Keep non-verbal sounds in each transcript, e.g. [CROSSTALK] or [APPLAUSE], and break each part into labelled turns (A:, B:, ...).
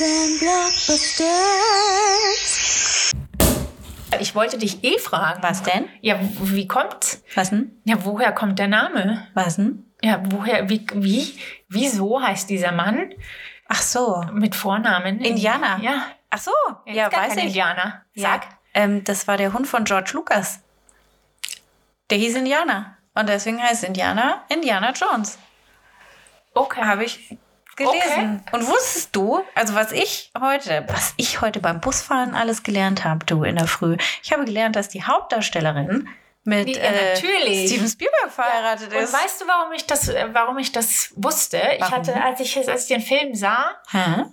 A: and Blockbusters.
B: Ich wollte dich eh fragen.
C: Was denn?
B: Ja, w- wie kommt's?
C: Was denn?
B: Ja, woher kommt der Name?
C: Was denn?
B: Ja, woher, wie, wie, wieso heißt dieser Mann
C: Ach so.
B: mit Vornamen?
C: Indianer.
B: Ja.
C: Ach so.
B: Er
C: ja,
B: ist gar
C: weiß
B: kein
C: ich.
B: Indianer. Sag.
C: Ja. Ähm, das war der Hund von George Lucas. Der hieß Indianer. Und deswegen heißt Indianer Indiana Jones.
B: Okay.
C: Habe ich gelesen. Und wusstest du, also was ich heute, was ich heute beim Busfahren alles gelernt habe, du in der Früh. Ich habe gelernt, dass die Hauptdarstellerin mit
B: Ja,
C: äh,
B: natürlich.
C: Steven Spielberg verheiratet
B: Und
C: ist.
B: weißt du, warum ich das, äh, warum ich das wusste? Ich
C: Warum?
B: hatte, als ich, als ich den Film sah,
C: Hä?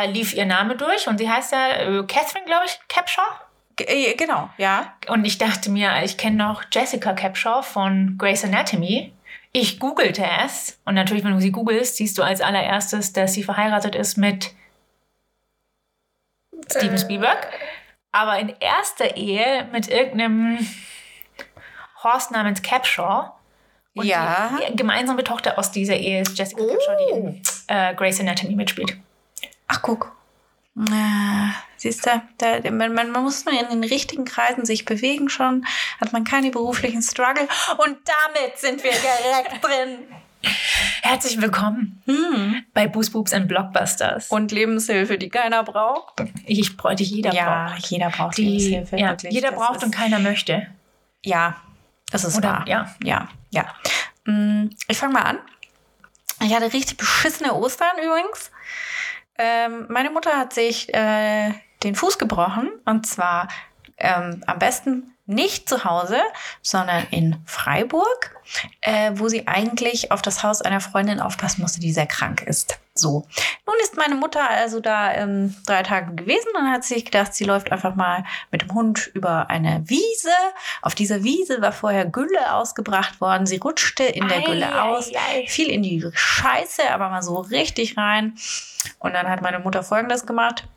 B: äh, lief ihr Name durch und sie heißt ja äh, Catherine, glaube ich, Capshaw.
C: G- äh, Genau, ja.
B: Und ich dachte mir, ich kenne noch Jessica Capshaw von Grey's Anatomy. Ich googelte es. Und natürlich, wenn du sie googelst, siehst du als allererstes, dass sie verheiratet ist mit Steven Spielberg. Aber in erster Ehe mit irgendeinem Horst namens Capshaw. Und
C: ja.
B: Die gemeinsame Tochter aus dieser Ehe ist Jessica Capshaw, die in äh, Grey's Anatomy mitspielt.
C: Ach, guck. Na, Siehst du, da, man, man man muss nur in den richtigen Kreisen sich bewegen schon, hat man keine beruflichen Struggle und damit sind wir
B: [LAUGHS]
C: direkt drin.
B: Herzlich willkommen bei Boos Boobs and Blockbusters.
C: Und Lebenshilfe, die keiner braucht.
B: ich bräuchte jeder braucht.
C: jeder braucht
B: die ja, jeder
C: Das
B: braucht
C: ist-
B: und keiner möchte.
C: Ja, das ist
B: Oder-
C: wahr.
B: ja.
C: ja, ja. Mm, Ich fange mal an. Ich hatte richtig beschissene Ostern übrigens. Ähm, meine Mutter hat sich äh, den Fuß gebrochen und zwar ähm, am besten nicht zu Hause, sondern in Freiburg, äh, wo sie eigentlich auf das Haus einer Freundin aufpassen musste, die sehr krank ist. So. Nun ist meine Mutter also da ähm, drei Tage gewesen und hat sich gedacht, sie läuft einfach mal mit dem Hund über eine Wiese. Auf dieser Wiese war vorher Gülle ausgebracht worden. Sie rutschte in der
B: Ei,
C: Gülle
B: ei,
C: aus,
B: ei.
C: fiel in die Scheiße, aber mal so richtig rein. Und dann hat meine Mutter folgendes gemacht.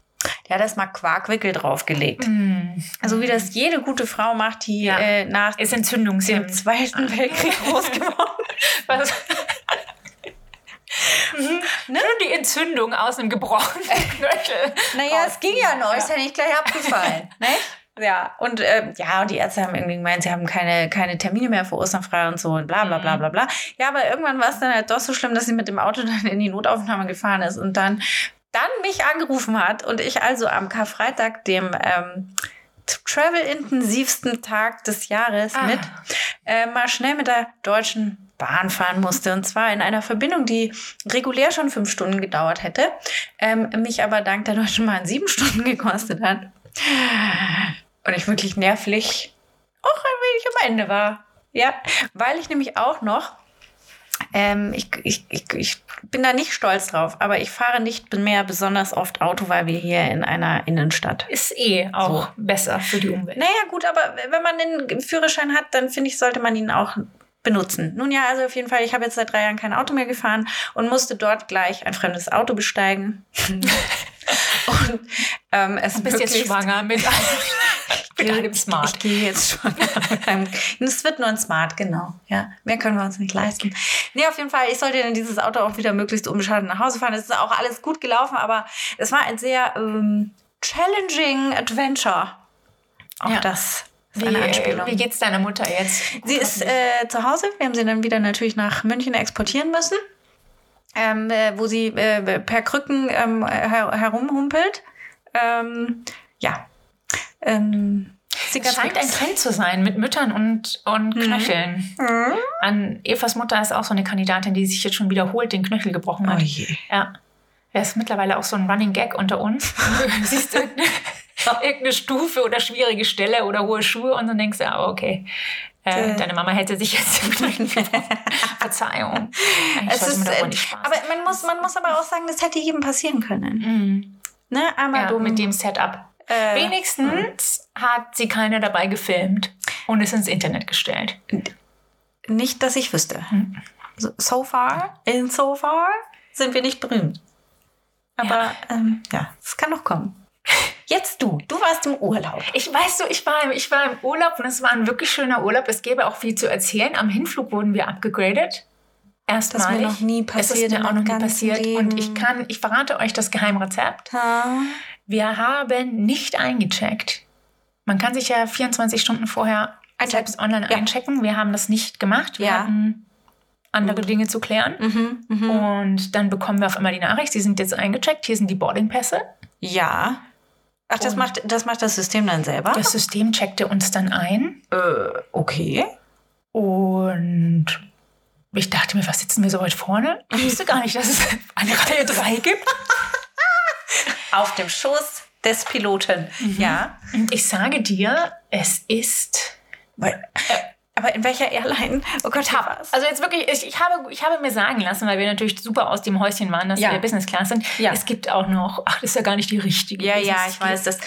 C: Die hat erstmal Quarkwickel draufgelegt. So wie das jede gute Frau macht, die
B: Ja.
C: äh, nach
B: Hm, Ist
C: dem
B: Entzündungshemd.
C: Zweiten Weltkrieg [LAUGHS] groß geworden
B: [LAUGHS] Was?
C: Mhm,
B: ne? Nur die Entzündung aus
C: [LAUGHS]
B: einem gebrochenen Knöchel.
C: Naja, es ging ja noch, ist ja nicht gleich [LAUGHS] abgefallen. ne? Ja, und ähm, ja, und die Ärzte haben irgendwie gemeint, sie haben keine, keine Termine mehr für Ostern frei und so und bla bla bla bla bla. Ja, aber irgendwann war es dann halt doch so schlimm, dass sie mit dem Auto [LAUGHS] dann in die Notaufnahme gefahren ist und dann, dann mich angerufen hat und ich also am Karfreitag, dem ähm, travel-intensivsten Tag des Jahres
B: Ah.
C: mit, äh, mal schnell mit der deutschen Bahn fahren musste. Und zwar in einer Verbindung, die regulär schon fünf Stunden gedauert hätte, ähm, mich aber dank der Deutschen Bahn sieben Stunden gekostet hat. Und ich wirklich nervlich auch ein wenig am Ende war. Ja, weil ich nämlich auch noch, ähm, ich, ich, ich, ich bin da nicht stolz drauf, aber ich fahre nicht mehr besonders oft Auto, weil wir hier in einer Innenstadt
B: Ist eh auch besser für die Umwelt.
C: naja, gut, aber wenn man den Führerschein hat, dann finde ich, sollte man ihn auch benutzen. Nun ja, also auf jeden Fall, ich habe jetzt seit drei Jahren kein Auto mehr gefahren und musste dort gleich ein fremdes Auto besteigen. [LAUGHS] und ähm, es
B: Du Mhm. bist jetzt
C: möglichst-
B: schwanger mit mit einem Smart.
C: Ich gehe jetzt schon. mit einem- [LAUGHS] Es wird nur ein Smart, genau. Ja, mehr können wir uns nicht leisten. Nee, auf jeden Fall, ich sollte dann dieses Auto auch wieder möglichst unbeschadet nach Hause fahren. Es ist auch alles gut gelaufen, aber es war ein sehr ähm, challenging Adventure. Auch
B: Ja.
C: das ist [LAUGHS]
B: Wie,
C: eine Anspielung.
B: wie geht's deiner Mutter jetzt?
C: Sie ist äh, zu Hause. Wir haben sie dann wieder natürlich nach München exportieren müssen, ähm, äh, wo sie äh, per Krücken ähm, her herumhumpelt. Ähm, ja. Ähm, sie
B: Es scheint ein Trend zu sein mit Müttern und, und
C: Mhm.
B: Knöcheln. An Evas Mutter ist auch so eine Kandidatin, die sich jetzt schon wiederholt den Knöchel gebrochen hat.
C: Oh je.
B: Ja. Das ist mittlerweile auch so ein Running Gag
C: [LAUGHS]
B: unter uns. Du siehst irgendeine, irgendeine Stufe oder schwierige Stelle oder hohe Schuhe und dann denkst du, ah, okay, äh,
C: Äh.
B: deine Mama hätte sich jetzt [LAUGHS] den Knöchel
C: [LAUGHS]
B: gebrochen. Verzeihung. Eigentlich
C: Es
B: sollte
C: ist,
B: man
C: äh,
B: darüber nicht Spaß.
C: aber man muss, man muss aber auch sagen, das hätte jedem passieren können.
B: Mhm.
C: Ne? Einmal
B: ja,
C: dumm.
B: mit dem Setup.
C: äh,
B: Wenigstens hat sie keiner dabei gefilmt und es ins Internet gestellt.
C: Nicht, dass ich wüsste.
B: Hm.
C: So, so far, in so far sind wir nicht berühmt. Aber ähm, ja, es kann noch kommen. Jetzt du. Du warst im Urlaub.
B: Ich weiß so, ich war, im, ich war im Urlaub und es war ein wirklich schöner Urlaub. Es gäbe auch viel zu erzählen. Am Hinflug wurden wir abgegradet. Erstmalig.
C: Das ist mir noch nie passiert.
B: Es ist
C: in
B: mir auch noch
C: meinem
B: nie
C: ganzen
B: passiert.
C: Leben.
B: Und ich kann, ich verrate euch das Geheimrezept.
C: Ha.
B: Wir haben nicht eingecheckt. Man kann sich ja 24 Stunden vorher
C: Einchecken.
B: selbst online
C: Ja.
B: einchecken. Wir haben das nicht gemacht. Wir
C: Ja.
B: hatten andere Dinge zu klären.
C: Mhm, mhm.
B: Und dann bekommen wir auf einmal die Nachricht, Sie sind jetzt eingecheckt, hier sind die Boardingpässe.
C: Ja. Ach, das
B: Und-
C: macht, das macht das System dann selber?
B: Das System checkte uns dann ein.
C: äh, okay.
B: Und ich dachte mir, was sitzen wir so weit vorne? Ich wusste gar nicht, dass es [LAUGHS] eine Reihe 3 gibt.
C: Auf dem Schoß des Piloten. Ja.
B: Und ich sage dir, es ist
C: Weil, äh, aber in welcher Airline? Oh Gott,
B: Tab. Also jetzt wirklich, ich, ich, habe, ich habe mir sagen lassen, weil wir natürlich super aus dem Häuschen waren, dass
C: Ja.
B: wir Business Class sind.
C: Ja.
B: Es gibt auch noch, ach, das ist ja gar nicht die richtige.
C: Ja,
B: Business
C: ja, ich weiß das.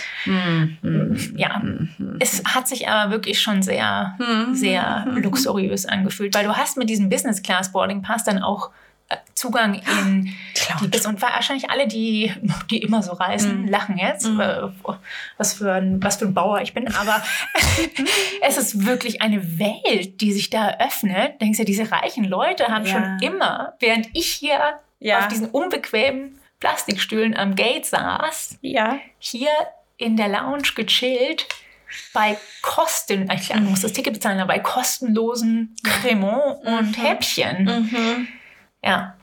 B: Ja.
C: Mhm.
B: Es hat sich aber wirklich schon sehr, sehr
C: Mhm.
B: luxuriös angefühlt, weil du hast mit diesem Business Class Boarding Pass dann auch äh,
C: [GASPS]
B: Zugang in
C: Lounge.
B: die Bis und wahrscheinlich alle, die, die immer so
C: Mhm.
B: reisen, lachen jetzt, äh, was, für ein, was für ein Bauer ich bin. Aber [LAUGHS] es ist wirklich eine Welt, die sich da eröffnet. Denkst du, diese reichen Leute haben
C: Ja.
B: schon immer, während ich hier
C: Ja.
B: auf diesen unbequemen Plastikstühlen am Gate saß,
C: Ja.
B: hier in der Lounge gechillt bei Kosten, ich klar, du musst das Ticket bezahlen, aber bei kostenlosen Cremant
C: Mhm.
B: und Häppchen. Ja.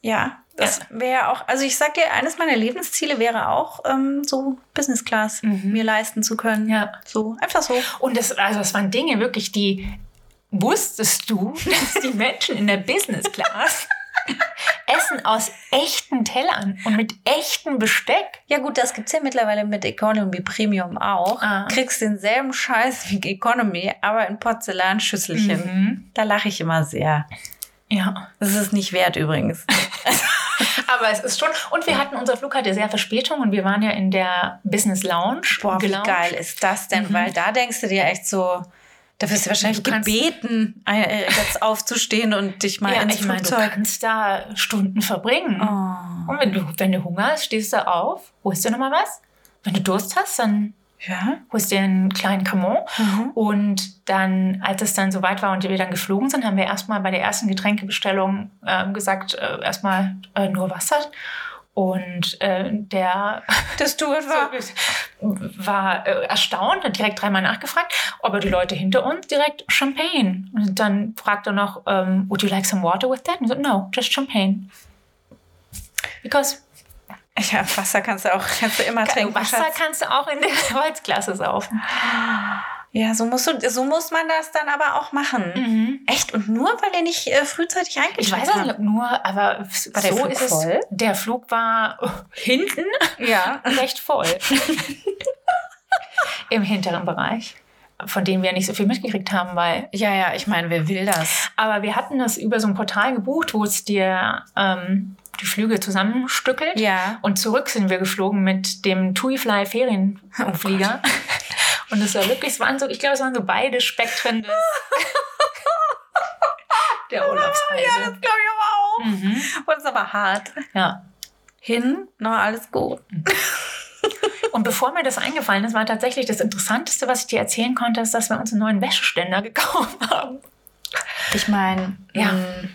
C: Ja. Das wäre auch, also ich sag dir, eines meiner Lebensziele wäre auch, ähm, so Business Class mir leisten zu können.
B: Ja.
C: So, einfach so.
B: Und das, also das waren Dinge wirklich, die wusstest du, [LAUGHS] dass die Menschen in der Business
C: [LAUGHS]
B: Class essen aus echten Tellern und mit echtem Besteck.
C: Ja, gut, das gibt's ja mittlerweile mit Economy Premium auch.
B: Ah.
C: Kriegst denselben Scheiß wie Economy, aber in Porzellanschüsselchen.
B: Mhm.
C: Da lache ich immer sehr.
B: Ja.
C: Das ist nicht wert übrigens.
B: Aber es ist schon. Und wir hatten, unser Flug hatte sehr Verspätung und wir waren ja in der Business Lounge.
C: Boah, wie
B: gelauncht.
C: geil ist das denn? Weil da denkst du dir echt so, da wirst du wahrscheinlich
B: Mhm. Du kannst-
C: gebeten, äh, jetzt aufzustehen und dich mal
B: Ja,
C: ins
B: ich meine, du
C: Flugzeug.
B: kannst da Stunden verbringen.
C: Oh.
B: Und wenn du, wenn du Hunger hast, stehst du auf, holst dir nochmal was. Wenn du Durst hast, dann
C: Ja.
B: holst dir einen kleinen Cremant.
C: Mhm.
B: Und dann, als es dann soweit war und wir dann geflogen sind, haben wir erstmal bei der ersten Getränkebestellung ähm, gesagt, äh, erstmal äh, nur Wasser. Und äh, der
C: Der Stuart war.
B: [LAUGHS] war äh, erstaunt, hat direkt dreimal nachgefragt, aber die Leute hinter uns direkt Champagne. Und dann fragt er noch, ähm, would you like some water with that? Und so, no, just Champagne. Because äh,
C: Ja, Wasser kannst du auch kannst du immer trinken.
B: Wasser
C: Schatz.
B: kannst du auch in der [LAUGHS] Holzklasse saufen.
C: Ja, so musst du, so muss man das dann aber auch machen. Echt? Und nur weil ihr nicht äh, frühzeitig
B: Mhm. Ich
C: eingeschaltet
B: weiß es nicht, ob nur, aber
C: War der
B: so
C: Flug
B: ist es.
C: voll?
B: Der Flug war [LAUGHS] hinten
C: Ja. [LAUGHS]
B: recht voll. Im hinteren Bereich, von dem wir nicht so viel mitgekriegt haben, weil.
C: Ja, ja, ich meine, wer will das?
B: Aber wir hatten das über so ein Portal gebucht, wo es dir ähm, die Flüge zusammenstückelt.
C: Ja.
B: Und zurück sind wir geflogen mit dem TuiFly Ferienflieger.
C: Oh
B: [LAUGHS] und es war wirklich, es waren so, ich glaube, es waren so beide
C: [LAUGHS]
B: Spektren des der
C: Das
B: Urlaubsreise.
C: glaube ich aber auch.
B: Mhm.
C: Wurde es aber hart.
B: Ja.
C: Hin, na, alles gut.
B: Und bevor mir das eingefallen ist, war tatsächlich das Interessanteste, was ich dir erzählen konnte, ist, dass wir uns einen neuen Wäscheständer [LAUGHS] gekauft haben.
C: Ich meine,
B: Ja.
C: ähm,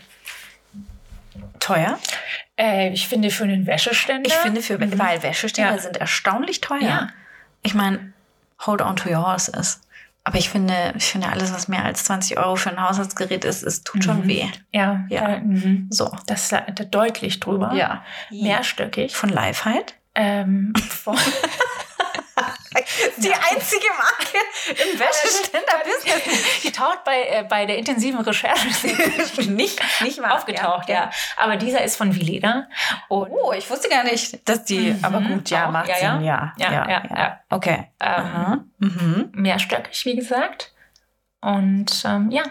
C: teuer.
B: Äh, ich finde für einen Wäscheständer.
C: Ich finde, für, weil Wäscheständer
B: Ja.
C: sind erstaunlich teuer.
B: Ja.
C: Ich meine, hold on to your horses. Aber ich finde, ich finde, alles, was mehr als 20 Euro für ein Haushaltsgerät ist, es tut schon weh.
B: Ja,
C: Ja.
B: Äh, mhm.
C: So.
B: das ist da deutlich drüber. Mehrstöckig.
C: Von halt? Lifehide?
B: [LAUGHS] Ähm, von
C: Die einzige Marke im
B: [LAUGHS]
C: Wäscheständer-Business.
B: Die taucht bei, äh, bei der intensiven Recherche
C: [LAUGHS] nicht, nicht wahr.
B: [LAUGHS] aufgetaucht, [LAUGHS] ja. Aber dieser ist von Vileda. Und
C: Oh, ich wusste gar nicht, dass die,
B: Mhm.
C: aber gut, ja,
B: Auch,
C: macht
B: ja, ja.
C: Sinn, ja.
B: Ja, ja, ja.
C: Okay.
B: Ähm,
C: Mhm. Mhm.
B: mehrstöckig, wie gesagt. Und ähm, ja,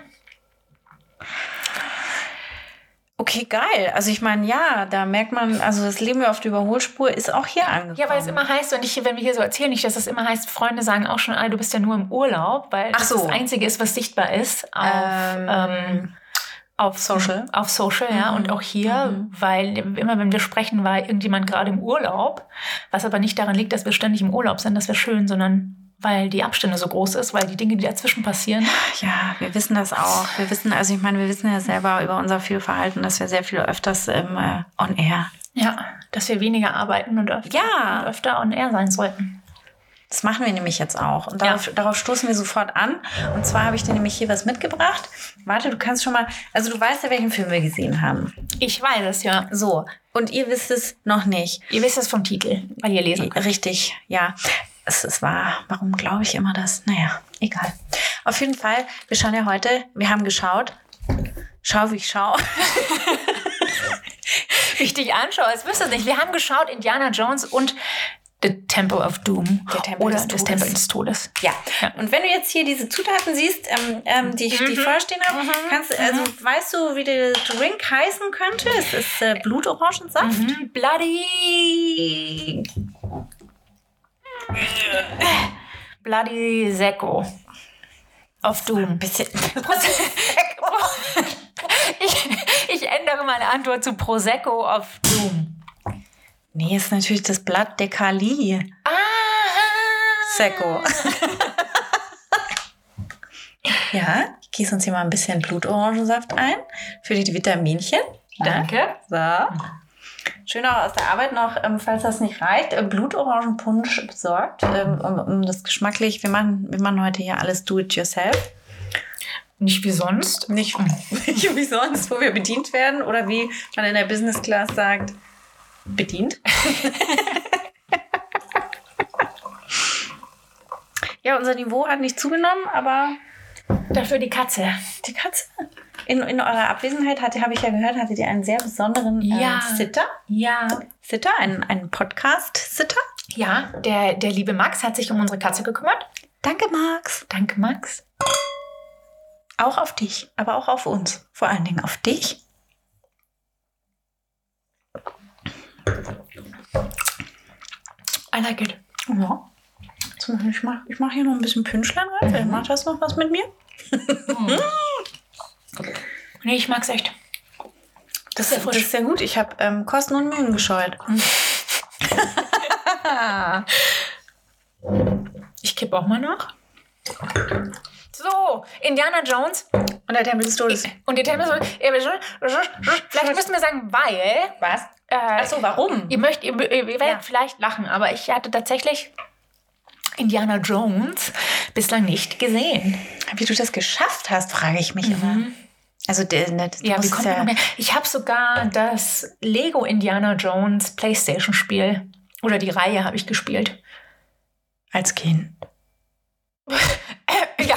C: Okay, geil. Also ich meine, ja, da merkt man, also das Leben auf der Überholspur ist auch hier angekommen.
B: Ja, weil es immer heißt, wenn, ich, wenn wir hier so erzählen, nicht, dass es immer heißt, Freunde sagen auch schon, ah, du bist ja nur im Urlaub, weil
C: Ach
B: das
C: so.
B: das Einzige ist, was sichtbar ist auf,
C: Ähm,
B: ähm, auf
C: Social.
B: Auf Social, ja.
C: Mhm.
B: Und auch hier,
C: Mhm.
B: weil immer, wenn wir sprechen, war irgendjemand gerade im Urlaub, was aber nicht daran liegt, dass wir ständig im Urlaub sind, das wäre schön, sondern weil die Abstände so groß ist, weil die Dinge, die dazwischen passieren.
C: Ja, wir wissen das auch. Wir wissen, also ich meine, wir wissen ja selber über unser Fehlverhalten, dass wir sehr viel öfters im äh, On Air.
B: Ja, dass wir weniger arbeiten und öfter,
C: Ja.
B: und öfter on air sein sollten.
C: Das machen wir nämlich jetzt auch. Und darauf, darauf stoßen wir sofort an. Und zwar habe ich dir nämlich hier was mitgebracht. Warte, du kannst schon mal. Also du weißt ja, welchen Film wir gesehen haben.
B: Ich weiß es ja.
C: So. Und ihr wisst es noch nicht.
B: Ihr wisst es vom Titel, weil ihr lesen könnt.
C: Äh, Richtig, ja. Es ist wahr. Warum glaube ich immer das? Naja, egal. Auf jeden Fall, wir schauen ja heute, wir haben geschaut. Schau, wie ich schau.
B: [LAUGHS] Ich dich anschaue, es wisst ihr nicht. Wir haben geschaut Indiana Jones und The Temple of Doom.
C: Der Tempel
B: Oder
C: des
B: das
C: Todes.
B: Tempel des Todes.
C: Ja. Und wenn du jetzt hier diese Zutaten siehst, ähm, ähm, die, ich-
B: Mhm.
C: die vorstehen habe, kannst, also weißt du, wie der Drink heißen könnte? Es ist äh, Blutorangensaft.
B: Mhm. Bloody. Bloody Seko. Of Doom.
C: Bisschen.
B: [LAUGHS] Prosecco. Ich, ich ändere meine Antwort zu Prosecco of Doom.
C: Nee, ist natürlich das Blatt der Kali.
B: Ah.
C: Secco. [LAUGHS] ja, ich gieße uns hier mal ein bisschen Blutorangensaft ein für die Vitaminchen.
B: Danke.
C: So. Schön auch aus der Arbeit noch, ähm, falls das nicht reicht, äh, Blutorangenpunsch besorgt, ähm, um, um das geschmacklich. Wir machen, wir machen heute hier alles do it yourself. [LAUGHS]
B: Nicht wie sonst.
C: Nicht, nicht wie sonst, wo wir bedient werden oder wie man in der Business Class sagt, bedient. [LAUGHS] ja, unser Niveau hat nicht zugenommen, aber
B: Dafür die Katze.
C: die Katze. In, in eurer Abwesenheit hatte, habe ich ja gehört, hattet ihr einen sehr besonderen ähm,
B: Ja.
C: Sitter.
B: Ja.
C: Sitter, einen, einen Podcast-Sitter.
B: Ja, der, der liebe Max hat sich um unsere Katze gekümmert.
C: Danke, Max.
B: Danke, Max.
C: Auch auf dich, aber auch auf uns. Vor allen Dingen auf dich.
B: I like it.
C: Ja. Jetzt mach Ich mache ich mach hier noch ein bisschen Pünschlein rein. Vielleicht macht das noch was mit mir.
B: Nee, ich mag's echt.
C: Das,
B: Sehr frisch.
C: das ist sehr gut. Ich habe ähm, Kosten und Mühen gescheut.
B: Ich kipp auch mal nach. So, Indiana Jones
C: Und der Tempel des Todes.
B: und die Äh, Tempel. äh. Vielleicht müssen wir sagen, weil.
C: Was?
B: Äh,
C: Achso, warum?
B: Ihr möchtet, ihr, ihr werdet
C: Ja.
B: vielleicht lachen, aber ich hatte tatsächlich Indiana Jones bislang nicht gesehen.
C: Wie du das geschafft hast, frage ich mich immer. Also, der, der, du
B: Ja, wie
C: musst
B: kommt man noch mehr? Ich habe sogar das Lego Indiana Jones PlayStation Spiel oder die Reihe habe ich gespielt.
C: als Kind.
B: Ja. [LAUGHS]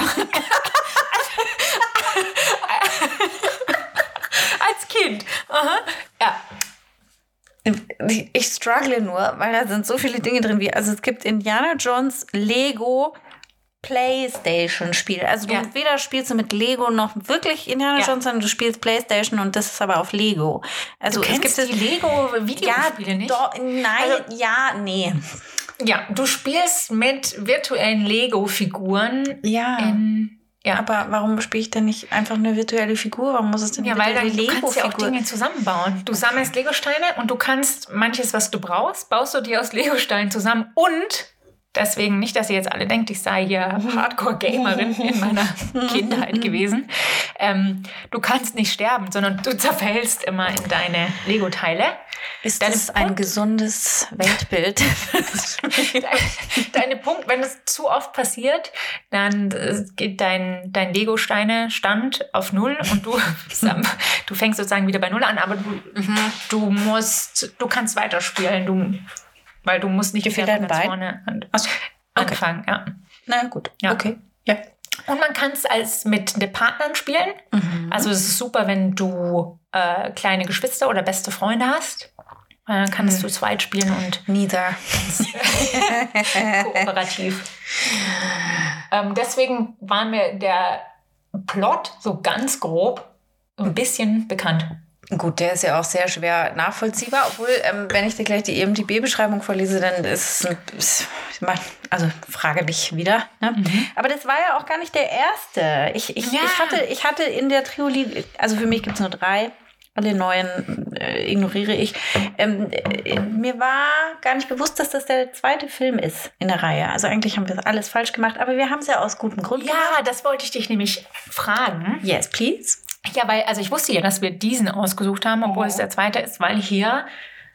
B: Als Kind. Aha. Ja.
C: Ich struggle nur, weil da sind so viele Dinge drin wie, also es gibt Indiana Jones, Lego, Playstation-Spiel. Also du
B: Ja.
C: weder spielst du mit Lego noch wirklich Indiana
B: Ja.
C: Jones, sondern du spielst Playstation und das ist aber auf Lego. Also
B: Du
C: es
B: kennst
C: gibt
B: die Lego Videospiele
C: ja,
B: nicht? Also
C: doch, nein, ja, nee.
B: Ja, du spielst mit virtuellen Lego Figuren
C: Ja.
B: in
C: Ähm,
B: ja.
C: aber warum spiele ich denn nicht einfach eine virtuelle Figur? Warum muss es denn
B: Ja,
C: eine
B: weil dann
C: virtuelle
B: du kannst ja auch
C: Lego-Figur?
B: Dinge zusammenbauen. Du sammelst Legosteine und du kannst manches, was du brauchst, baust du dir aus Legosteinen zusammen und deswegen nicht, dass ihr jetzt alle denkt, ich sei hier Hardcore-Gamerin in meiner Kindheit gewesen. Ähm, du kannst nicht sterben, sondern du zerfällst immer in deine Lego-Teile.
C: Ist
B: Deine
C: das ein
B: Punkt-
C: gesundes
B: [LAUGHS]
C: Weltbild? [LAUGHS]
B: Deine Punkt, wenn es zu oft passiert, dann äh, geht dein, dein Lego-Steine-Stand auf Null und du, [LAUGHS] du fängst sozusagen wieder bei Null an, aber du,
C: Mhm.
B: du musst, du kannst weiterspielen, du, weil du musst nicht
C: Dir fehlt
B: mehr
C: ein
B: ganz
C: Bein?
B: vorne an,
C: Achso, okay.
B: anfangen. Ja.
C: na gut,
B: Ja.
C: okay. Ja.
B: Und man kann es als mit den Partnern spielen.
C: Mhm.
B: Also es ist super, wenn du äh, kleine Geschwister oder beste Freunde hast. Weil Dann kannst
C: Mhm.
B: du zweit spielen und
C: Neither.
B: kooperativ. ähm, deswegen war mir der Plot so ganz grob ein bisschen bekannt.
C: Gut, der ist ja auch sehr schwer nachvollziehbar, obwohl, ähm, wenn ich dir gleich die IMDB-Beschreibung vorlese, dann ist es ein ist- ich mein, also frage mich wieder. Ne? Aber das war ja auch gar nicht der erste. Ich, ich,
B: Ja.
C: ich, hatte, ich hatte in der Trilogie, also für mich gibt es nur drei, alle neuen äh, ignoriere ich. Ähm, äh, mir war gar nicht bewusst, dass das der zweite Film ist in der Reihe. Also eigentlich haben wir alles falsch gemacht, aber wir haben es ja aus gutem Grund gemacht.
B: Ja, das wollte ich dich nämlich fragen.
C: Yes, please.
B: Ja, weil, also ich wusste ja, dass wir diesen ausgesucht haben, obwohl
C: Mhm.
B: es der zweite ist, weil hier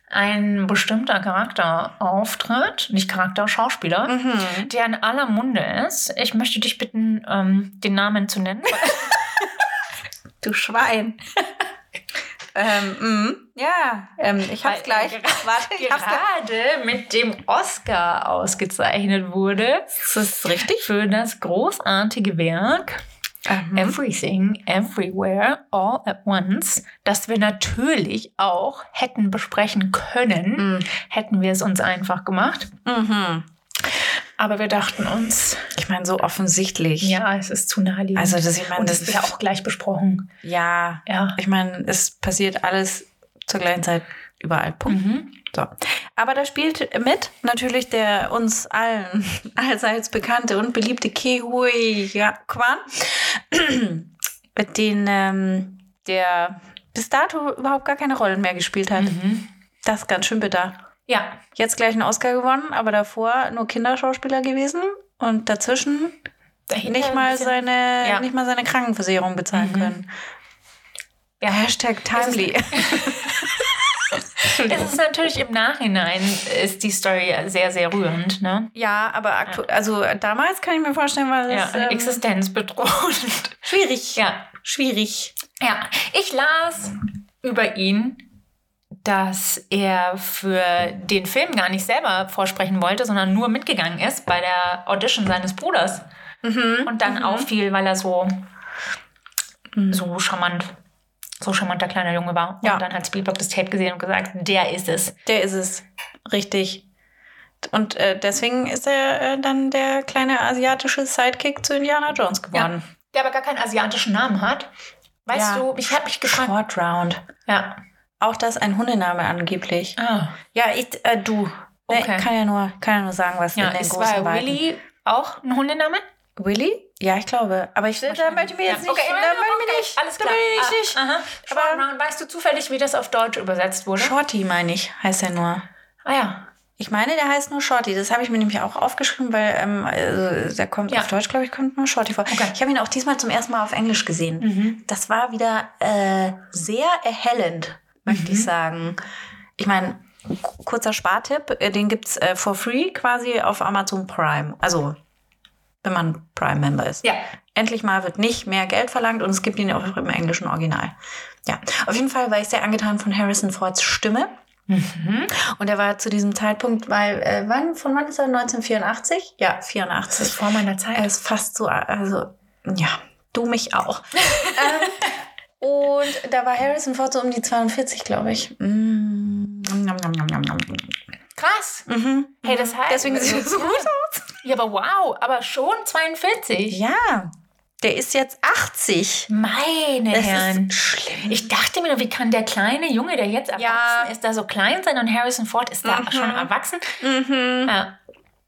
B: ein bestimmter Charakter auftritt, nicht Charakter, Schauspieler, der in aller Munde ist. Ich möchte dich bitten, ähm, den Namen zu [LAUGHS] nennen.
C: Du Schwein. ähm, mm, ja, ähm, ich hab's
B: Weil,
C: gleich.
B: äh,
C: [LAUGHS] Warte, ich hab's gleich.
B: Gerade mit dem Oscar ausgezeichnet wurde
C: Ist das richtig?
B: für das großartige Werk
C: Ähm,
B: Everything, Everywhere, All at Once, das wir natürlich auch hätten besprechen können,
C: mm,
B: hätten wir es uns einfach gemacht.
C: mhm.
B: Aber wir dachten uns,
C: Ich meine, so offensichtlich.
B: ja, es ist zu naheliegend.
C: Also, das, ich meine,
B: Und das ist ja auch gleich besprochen.
C: Ja,
B: Ja.
C: ich meine, es passiert alles zur gleichen Zeit überall. Punkt.
B: Mhm.
C: So. Aber da spielt mit natürlich der uns allen [LAUGHS] allseits bekannte und beliebte Ke Hui Ja- Kwan, [CLEARS THROAT] mit den ähm, der bis dato überhaupt gar keine Rollen mehr gespielt hat.
B: Mhm.
C: Das ist ganz schön bitter.
B: Ja,
C: Jetzt gleich einen Oscar gewonnen, aber davor nur Kinderschauspieler gewesen und dazwischen
B: dahinter
C: nicht
B: ein
C: mal
B: bisschen-
C: seine
B: Ja.
C: nicht mal seine Krankenversicherung bezahlen
B: Mhm.
C: können.
B: Ja.
C: Hashtag timely. [LAUGHS]
B: Es ist natürlich im Nachhinein ist die Story sehr, sehr rührend. Ne?
C: Ja, aber aktu also damals kann ich mir vorstellen, war
B: Ja,
C: das ähm,
B: existenzbedrohend.
C: schwierig.
B: [LAUGHS] Ja,
C: Schwierig.
B: ja. Ich las über ihn, dass er für den Film gar nicht selber vorsprechen wollte, sondern nur mitgegangen ist bei der Audition seines Bruders
C: Mhm.
B: und dann auffiel, weil er so, so charmant, so charmanter kleiner Junge war.
C: Mhm. Ja.
B: Und dann hat Spielberg das Tape gesehen und gesagt, der ist es.
C: Der ist es. Richtig. Und äh, deswegen ist er äh, dann der kleine asiatische Sidekick zu Indiana Jones geworden.
B: Der aber gar keinen asiatischen Namen hat.
C: Ja.
B: Weißt
C: Ah.
B: du, ich habe mich gefragt.
C: Short Round.
B: Ja.
C: Auch das ein Hundename angeblich.
B: Ah.
C: Ja, ich, äh, du. Ne,
B: Okay.
C: ich kann ja nur, kann ja nur sagen, was
B: Ja,
C: in den
B: ist
C: großen
B: war
C: Weiten.
B: Willy auch ein Hundename?
C: Willy? Ja, ich glaube. Aber ich, da möchte ich mir jetzt
B: Ja,
C: nicht. Da möchte ich
B: ja, okay,
C: mir nicht.
B: Alles
C: da
B: klar.
C: möchte
B: Ah,
C: ich nicht.
B: aha. Short
C: Aber-
B: Round, weißt du zufällig, wie das auf Deutsch übersetzt wurde?
C: Shorty meine ich, heißt er nur.
B: ah ja.
C: Ich meine, der heißt nur Shorty. Das habe ich mir nämlich auch aufgeschrieben, weil ähm, also, der kommt
B: Ja.
C: auf Deutsch, glaube ich, kommt nur Shorty vor.
B: Okay. Mhm.
C: Ich habe ihn auch diesmal zum ersten Mal auf Englisch gesehen. Das war wieder äh, sehr erhellend, möchte
B: Mhm.
C: ich sagen. Ich meine, k- kurzer Spartipp, äh, den gibt es äh, for free quasi auf Amazon Prime. Also, wenn man Prime-Member ist.
B: Ja.
C: Endlich mal wird nicht mehr Geld verlangt und es gibt ihn auch im englischen Original. Ja, auf jeden Fall war ich sehr angetan von Harrison Fords Stimme. Mhm. Und er war zu diesem Zeitpunkt, weil, äh, wann, von wann ist er? 1984? Ja, 84.
B: Das ist vor meiner Zeit.
C: Er ist fast so, also, ja, du mich [LAUGHS] auch. ähm, und da war Harrison Ford so um die 42, glaube ich. Mm. Nom, nom, nom, nom, nom.
B: Krass.
C: Mhm.
B: Hey, das heißt.
C: Deswegen sieht er so gut
B: aus. Ja, aber wow, aber schon 42.
C: Ja, der ist jetzt 80.
B: Meine
C: Das
B: Herren.
C: ist schlimm.
B: Ich dachte mir, nur, wie kann der kleine Junge, der jetzt erwachsen
C: Ja.
B: ist, da so klein sein und Harrison Ford ist da
C: Mhm.
B: schon erwachsen? Ja.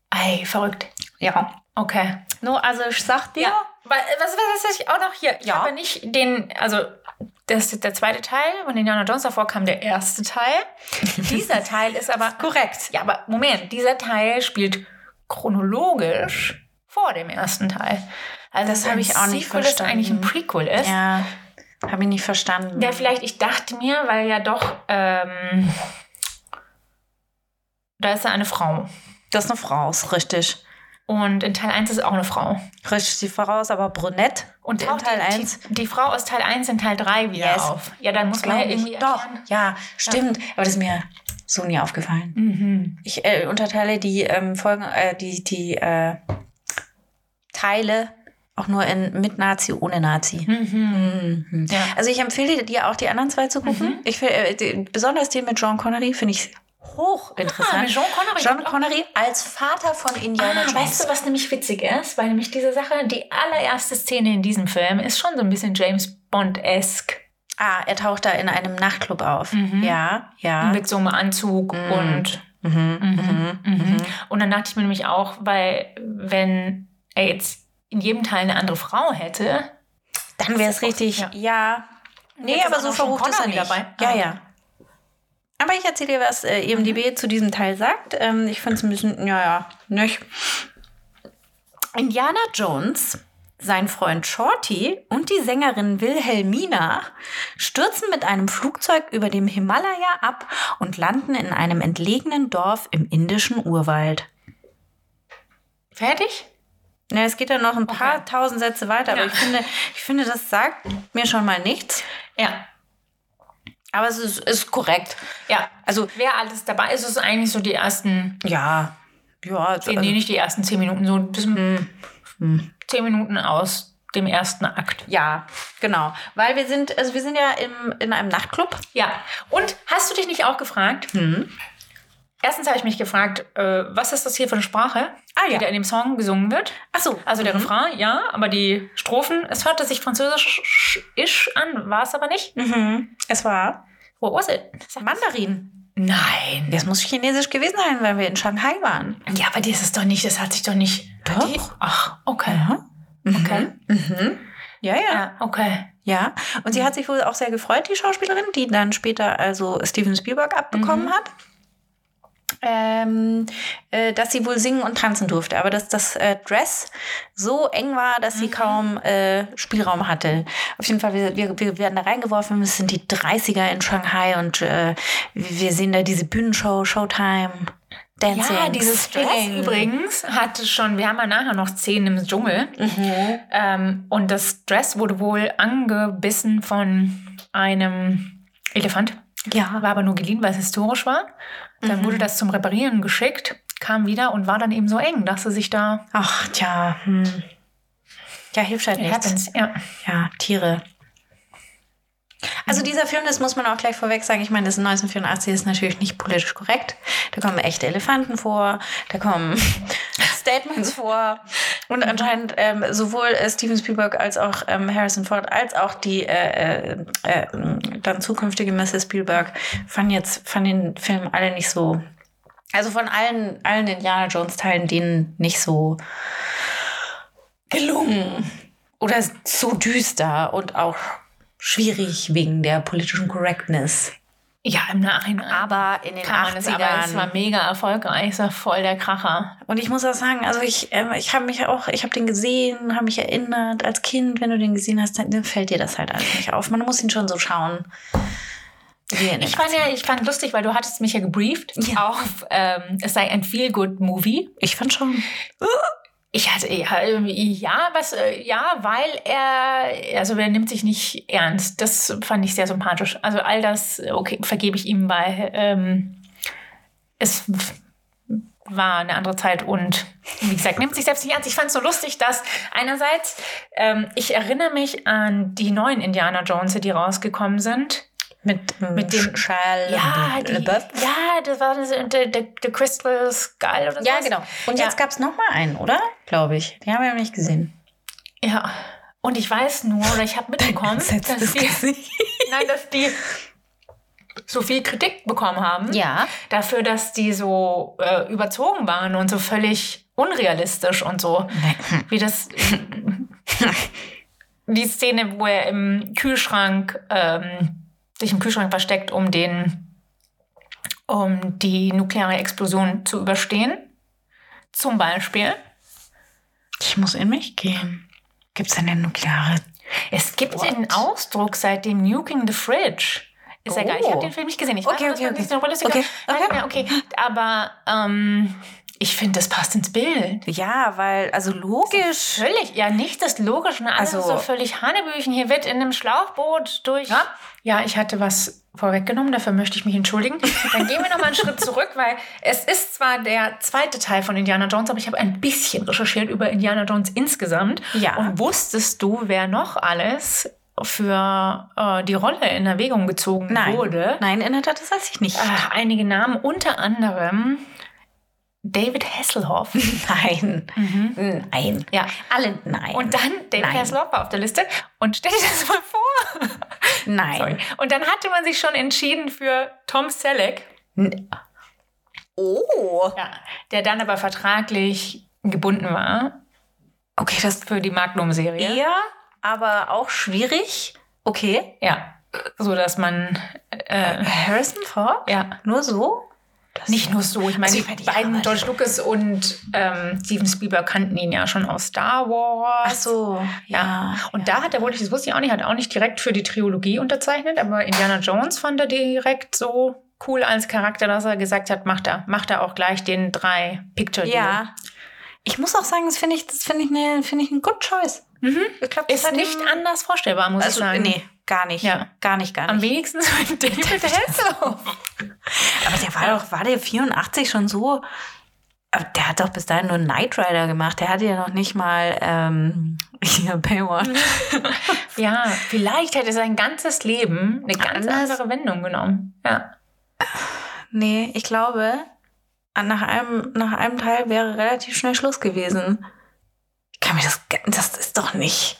B: Ei, verrückt.
C: Ja.
B: Okay.
C: No, also ich sag dir,
B: Ja. Weil, äh, Was, was, was ich auch noch hier? Ich
C: Ja.
B: habe ja nicht den, also das ist der zweite Teil von Indiana Jones, davor kam der
C: [LAUGHS]
B: erste Teil. Dieser Teil ist aber.
C: korrekt.
B: Ja, aber Moment, dieser Teil spielt chronologisch vor dem ersten Teil. Also
C: Das
B: es ist
C: habe
B: ein
C: ich auch nicht
B: Sequel, Das eigentlich ein Prequel ist.
C: Ja, habe ich nicht verstanden.
B: Ja, vielleicht, ich dachte mir, weil ja doch, ähm, da ist ja eine Frau.
C: Das ist eine Frau, ist richtig.
B: Und in Teil 1 ist auch eine Frau.
C: Richtig, sie voraus, aber brünett.
B: Und
C: In
B: taucht
C: Teil
B: die,
C: 1?
B: Die, die Frau aus Teil 1 in Teil 3 wieder
C: Yes.
B: auf. Ja, dann muss man ja
C: Glaube ich.
B: irgendwie
C: Doch,
B: erklären.
C: ja, stimmt. Aber das ist mir so nie aufgefallen.
B: Mhm.
C: Ich äh, unterteile die ähm, Folgen, äh, die, die äh, Teile auch nur in mit Nazi, ohne Nazi.
B: Mhm.
C: Mhm.
B: Ja.
C: Also ich empfehle dir auch die anderen zwei zu gucken. Ich find, äh, die, besonders den mit John Connery finde ich
B: Ah,
C: hochinteressant.
B: mit John Connery.
C: John Connery als Vater von Indiana
B: ah,
C: Jones.
B: weißt du, was nämlich witzig ist? Weil nämlich diese Sache, die allererste Szene in diesem Film ist schon so ein bisschen James Bond-esk.
C: Ah, er taucht da in einem Nachtclub auf.
B: Mhm.
C: Ja, ja.
B: Mit so einem Anzug
C: Mhm.
B: und.
C: Mhm,
B: Mhm.
C: mhm, mhm.
B: Und dann dachte ich mir nämlich auch, weil, wenn er jetzt in jedem Teil eine andere Frau hätte,
C: Dann wäre es
B: Das ist auch-
C: richtig,
B: ja.
C: ja. Nee,
B: Jetzt
C: aber
B: ist
C: so
B: auch noch
C: verrucht ist er
B: Sean Connery
C: nicht.
B: dabei.
C: Ja,
B: Ah.
C: ja. Aber ich erzähle dir, was äh, IMDb zu diesem Teil sagt. Ähm, ich finde es ein bisschen, ja, ja, nicht. Indiana Jones, sein Freund Shorty und die Sängerin Wilhelmina stürzen mit einem Flugzeug über dem Himalaya ab und landen in einem entlegenen Dorf im indischen Urwald.
B: Fertig?
C: Na, es geht ja noch ein paar
B: Okay.
C: tausend Sätze weiter, aber
B: Ja.
C: ich finde, ich finde, das sagt mir schon mal nichts.
B: Ja.
C: Aber es ist, ist korrekt.
B: Ja.
C: Also,
B: Wer alles dabei ist, ist eigentlich so die ersten,
C: ja. Ja, also, Hm.
B: nee, nee, nicht die ersten zehn Minuten, so ein bisschen zehn Minuten aus dem ersten Akt.
C: ja, genau. Weil wir sind, also wir sind ja im, in einem Nachtclub.
B: Ja. Und hast du dich nicht auch gefragt?
C: Hm.
B: Erstens habe ich mich gefragt, äh, was ist das hier für eine Sprache,
C: Ah,
B: die
C: ja. Mhm.
B: da in dem Song gesungen wird?
C: Achso,
B: Also der Refrain, ja, aber die Strophen, es hörte sich französisch-isch an, war es aber nicht.
C: mhm. es war
B: What was it? Sag-
C: Mandarin.
B: Nein.
C: Das muss chinesisch gewesen sein, weil wir in Shanghai waren.
B: Ja, aber die ist es doch nicht, das hat sich doch nicht...
C: Doch.
B: Die, ach, okay.
C: Okay. Mhm. Ja, ja,
B: Ja, okay.
C: ja. Und
B: Mhm.
C: sie hat sich wohl auch sehr gefreut, die Schauspielerin, die dann später also Steven Spielberg abbekommen
B: Mhm.
C: hat. Ähm, äh, dass sie wohl singen und tanzen durfte, aber dass das äh, Dress so eng war, dass
B: Mhm.
C: sie kaum äh, Spielraum hatte. Auf jeden Fall, wir, wir, wir werden da reingeworfen, es sind die 30er in Shanghai und äh, wir sehen da diese Bühnenshow, Showtime, Dancing.
B: Ja, dieses Dress
C: Swing.
B: übrigens hatte schon, wir haben ja nachher noch Szenen im Dschungel.
C: Mhm.
B: Ähm, und das Dress wurde wohl angebissen von einem Elefant.
C: Ja,
B: War aber nur geliehen, weil es historisch war. Dann
C: Mhm.
B: wurde das zum Reparieren geschickt, kam wieder und war dann eben so eng, dass sie sich da
C: ach tja, hm. ja, hilft halt
B: It
C: nichts.
B: happens, ja.
C: Ja, Tiere. Also dieser Film, das muss man auch gleich vorweg sagen, ich meine, das ist 1984 ist natürlich nicht politisch korrekt. Da kommen echte Elefanten vor, da kommen Statements vor. Und anscheinend ähm, sowohl äh, Steven Spielberg als auch ähm, Harrison Ford als auch die äh, äh, äh, dann zukünftige Mrs. Spielberg fanden jetzt fanden den Film alle nicht so. Also von allen, allen Indiana Jones Teilen denen nicht so gelungen oder ist so düster und auch schwierig wegen der politischen Correctness.
B: Ja, im Nachhinein.
C: Aber in den
B: kann man es, aber es war mega erfolgreich, es war voll der Kracher.
C: Und ich muss auch sagen, also ich, ähm, ich habe mich auch, ich habe den gesehen, habe mich erinnert als Kind, wenn du den gesehen hast, dann, dann fällt dir das halt alles nicht auf. Man muss ihn schon so schauen. Wie in den
B: Ich fand ja, ich fand lustig, weil du hattest mich ja gebrieft
C: Ja.
B: auf, ähm, es sei ein Feel-Good-Movie.
C: ich fand schon.
B: Ich hatte, ja, ähm, ja, was, äh, ja, weil er, also er nimmt sich nicht ernst. Das fand ich sehr sympathisch. Also all das, okay, vergebe ich ihm, weil ähm, es war eine andere Zeit und wie gesagt, nimmt sich selbst nicht ernst. Ich fand es so lustig, dass einerseits, ähm, ich erinnere mich an die neuen Indiana Jones, die rausgekommen sind.
C: Mit, ähm,
B: Mit dem-
C: Schal. Ähm,
B: Ja, die, ja das war das, der, der, der Crystal Skull oder so.
C: ja, genau. Und
B: Ja.
C: jetzt gab es nochmal einen, oder? Glaube ich. Den haben wir noch nicht gesehen.
B: Ja. Und ich weiß nur, oder ich habe mitbekommen, dass die, [LAUGHS] nein, dass die so viel Kritik bekommen haben.
C: Ja.
B: Dafür, dass die so äh, überzogen waren und so völlig unrealistisch und so. Wie das. [LAUGHS] die Szene, wo er im Kühlschrank, ähm, sich im Kühlschrank versteckt, um den. um die nukleare Explosion zu überstehen. Zum Beispiel.
C: Ich muss in mich gehen. Gibt es denn eine nukleare?
B: Es gibt
C: What?
B: den Ausdruck seit dem Nuking the Fridge. Ist ja
C: Oh.
B: geil. Ich habe den Film nicht gesehen. Ich
C: Okay, okay,
B: weiß, dass man
C: okay.
B: nicht so Politiker-
C: Okay,
B: Nein,
C: okay.
B: nein, okay. Aber ähm, ich finde, das passt ins Bild.
C: Ja, weil, also logisch.
B: Völlig, ja, nicht das Logische. Also
C: Also-
B: so völlig Hanebüchen. Hier wird in einem Schlauchboot durch. Ja, ich hatte was vorweggenommen, dafür möchte ich mich entschuldigen. Dann gehen wir nochmal einen Schritt zurück, weil es ist zwar der zweite Teil von Indiana Jones, aber ich habe ein bisschen recherchiert über Indiana Jones insgesamt.
C: Ja.
B: Und wusstest du, wer noch alles für äh, die Rolle in Erwägung gezogen
C: Nein.
B: wurde?
C: Nein, in der Tat, das weiß ich nicht.
B: Äh, einige Namen, unter anderem David
C: [LAUGHS]
B: Hasselhoff.
C: [LAUGHS] Nein. Nein.
B: ja.
C: Alle nein.
B: Und dann David
C: Nein.
B: Hasselhoff war auf der Liste. Und stell dir das mal vor.
C: nein.
B: Sorry. Und dann hatte man sich schon entschieden für Tom Selleck,
C: Oh.
B: ja. der dann aber vertraglich gebunden war
C: Okay, das
B: für die Magnum-Serie.
C: eher, aber auch schwierig. Okay.
B: Ja. so dass man äh,
C: Harrison Ford?
B: ja
C: Nur so? Das
B: nicht nur so. Ich meine,
C: Also ich
B: die
C: meine, die
B: beiden
C: haben-
B: George Lucas und ähm, Steven Spielberg kannten ihn ja schon aus Star Wars.
C: Ach so, Ah, ja.
B: Und da hat er wohl, nicht- das wusste ich auch nicht, hat auch nicht direkt für die Trilogie unterzeichnet, aber Indiana Jones fand er direkt so cool als Charakter, dass er gesagt hat, macht er, macht er auch gleich den drei Picture Deal.
C: Ja. Ich muss auch sagen, das finde ich, das finde ich, ne, finde ich ein good choice.
B: Mhm.
C: Ich glaube, das
B: Ist
C: hat ihm-
B: nicht anders vorstellbar, muss ich
C: Also,
B: sagen.
C: nee, gar nicht.
B: Ja.
C: Gar nicht, gar
B: Am
C: nicht.
B: wenigsten
C: [LAUGHS]
B: mit David Hasselhoff.
C: Aber der war doch, war der 84 schon so? Aber Der hat doch bis dahin nur Knight Rider gemacht. Der hatte ja noch nicht mal ähm, [LAUGHS] hier Baywatch.
B: Ja, vielleicht hätte sein ganzes Leben eine ganz
C: Anders.
B: andere Wendung genommen. Ja.
C: [LAUGHS] Nee, ich glaube, an- nach einem, nach einem Teil wäre relativ schnell Schluss gewesen. Ich kann mir das. ge- Das ist doch nicht.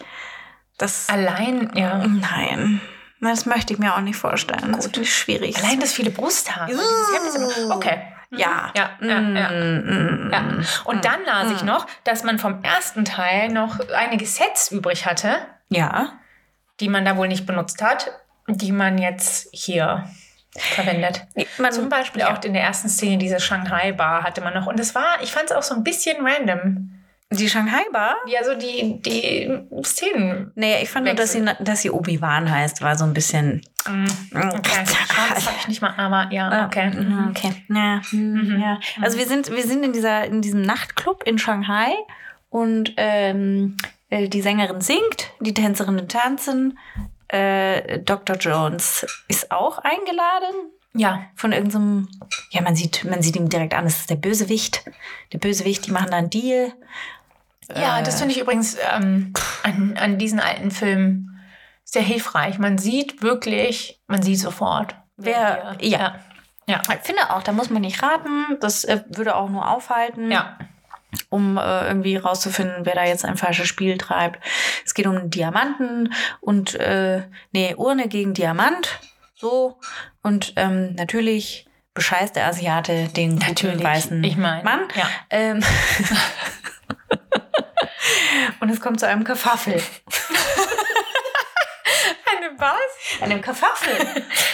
C: Das.
B: Allein,
C: Also,
B: ja.
C: Mm. Nein. Nein, Das möchte ich mir auch nicht vorstellen. Das finde ich schwierig.
B: Allein das viele Brusthaare.
C: Uh.
B: Okay.
C: Ja.
B: Ja, ja, ja.
C: Mm,
B: Ja. Und dann las
C: Mhm.
B: ich noch, dass man vom ersten Teil noch einige Sets übrig hatte,
C: ja.
B: die man da wohl nicht benutzt hat, die man jetzt hier verwendet.
C: Man,
B: Zum Beispiel
C: ja.
B: auch in der ersten Szene diese Shanghai-Bar hatte man noch. Und es war, ich fand es auch so ein bisschen random.
C: die Shanghai Bar?
B: Ja, so die, die Szenen.
C: Nee, ich fand nur, dass sie,
B: Wechsel.
C: dass sie Obi-Wan heißt, war so ein bisschen.
B: Mm,
C: mm, [LAUGHS]
B: Okay, Schauen, das habe ich nicht mal, aber ja, okay.
C: Ah, okay. Ja. ja. Also wir sind, wir sind in, dieser, in diesem Nachtclub in Shanghai und ähm, äh, die Sängerin singt, die Tänzerinnen tanzen. Äh, Dr. Jones ist auch eingeladen
B: Ja,
C: von irgendeinem. Ja, man sieht, man sieht ihm direkt an, es ist der Bösewicht. Der Bösewicht, die machen da einen Deal. Äh,
B: Ja, das finde ich übrigens ähm, an, an diesen alten Filmen sehr hilfreich. Man sieht wirklich, man sieht sofort.
C: Wer-
B: hier-
C: ja.
B: Ja.
C: Ich finde auch, da muss man nicht raten. Das äh, würde auch nur aufhalten.
B: Ja.
C: um äh, irgendwie rauszufinden, wer da jetzt ein falsches Spiel treibt. Es geht um Diamanten und äh, nee, Urne gegen Diamant. So. Und ähm, natürlich bescheißt der Asiate den guten
B: Natürlich.
C: weißen
B: Ich mein,
C: Mann.
B: ja.
C: Ähm. [LAUGHS] und es kommt zu einem Kafaffel.
B: Eine was?
C: Einem
B: [LAUGHS]
C: Kafaffel.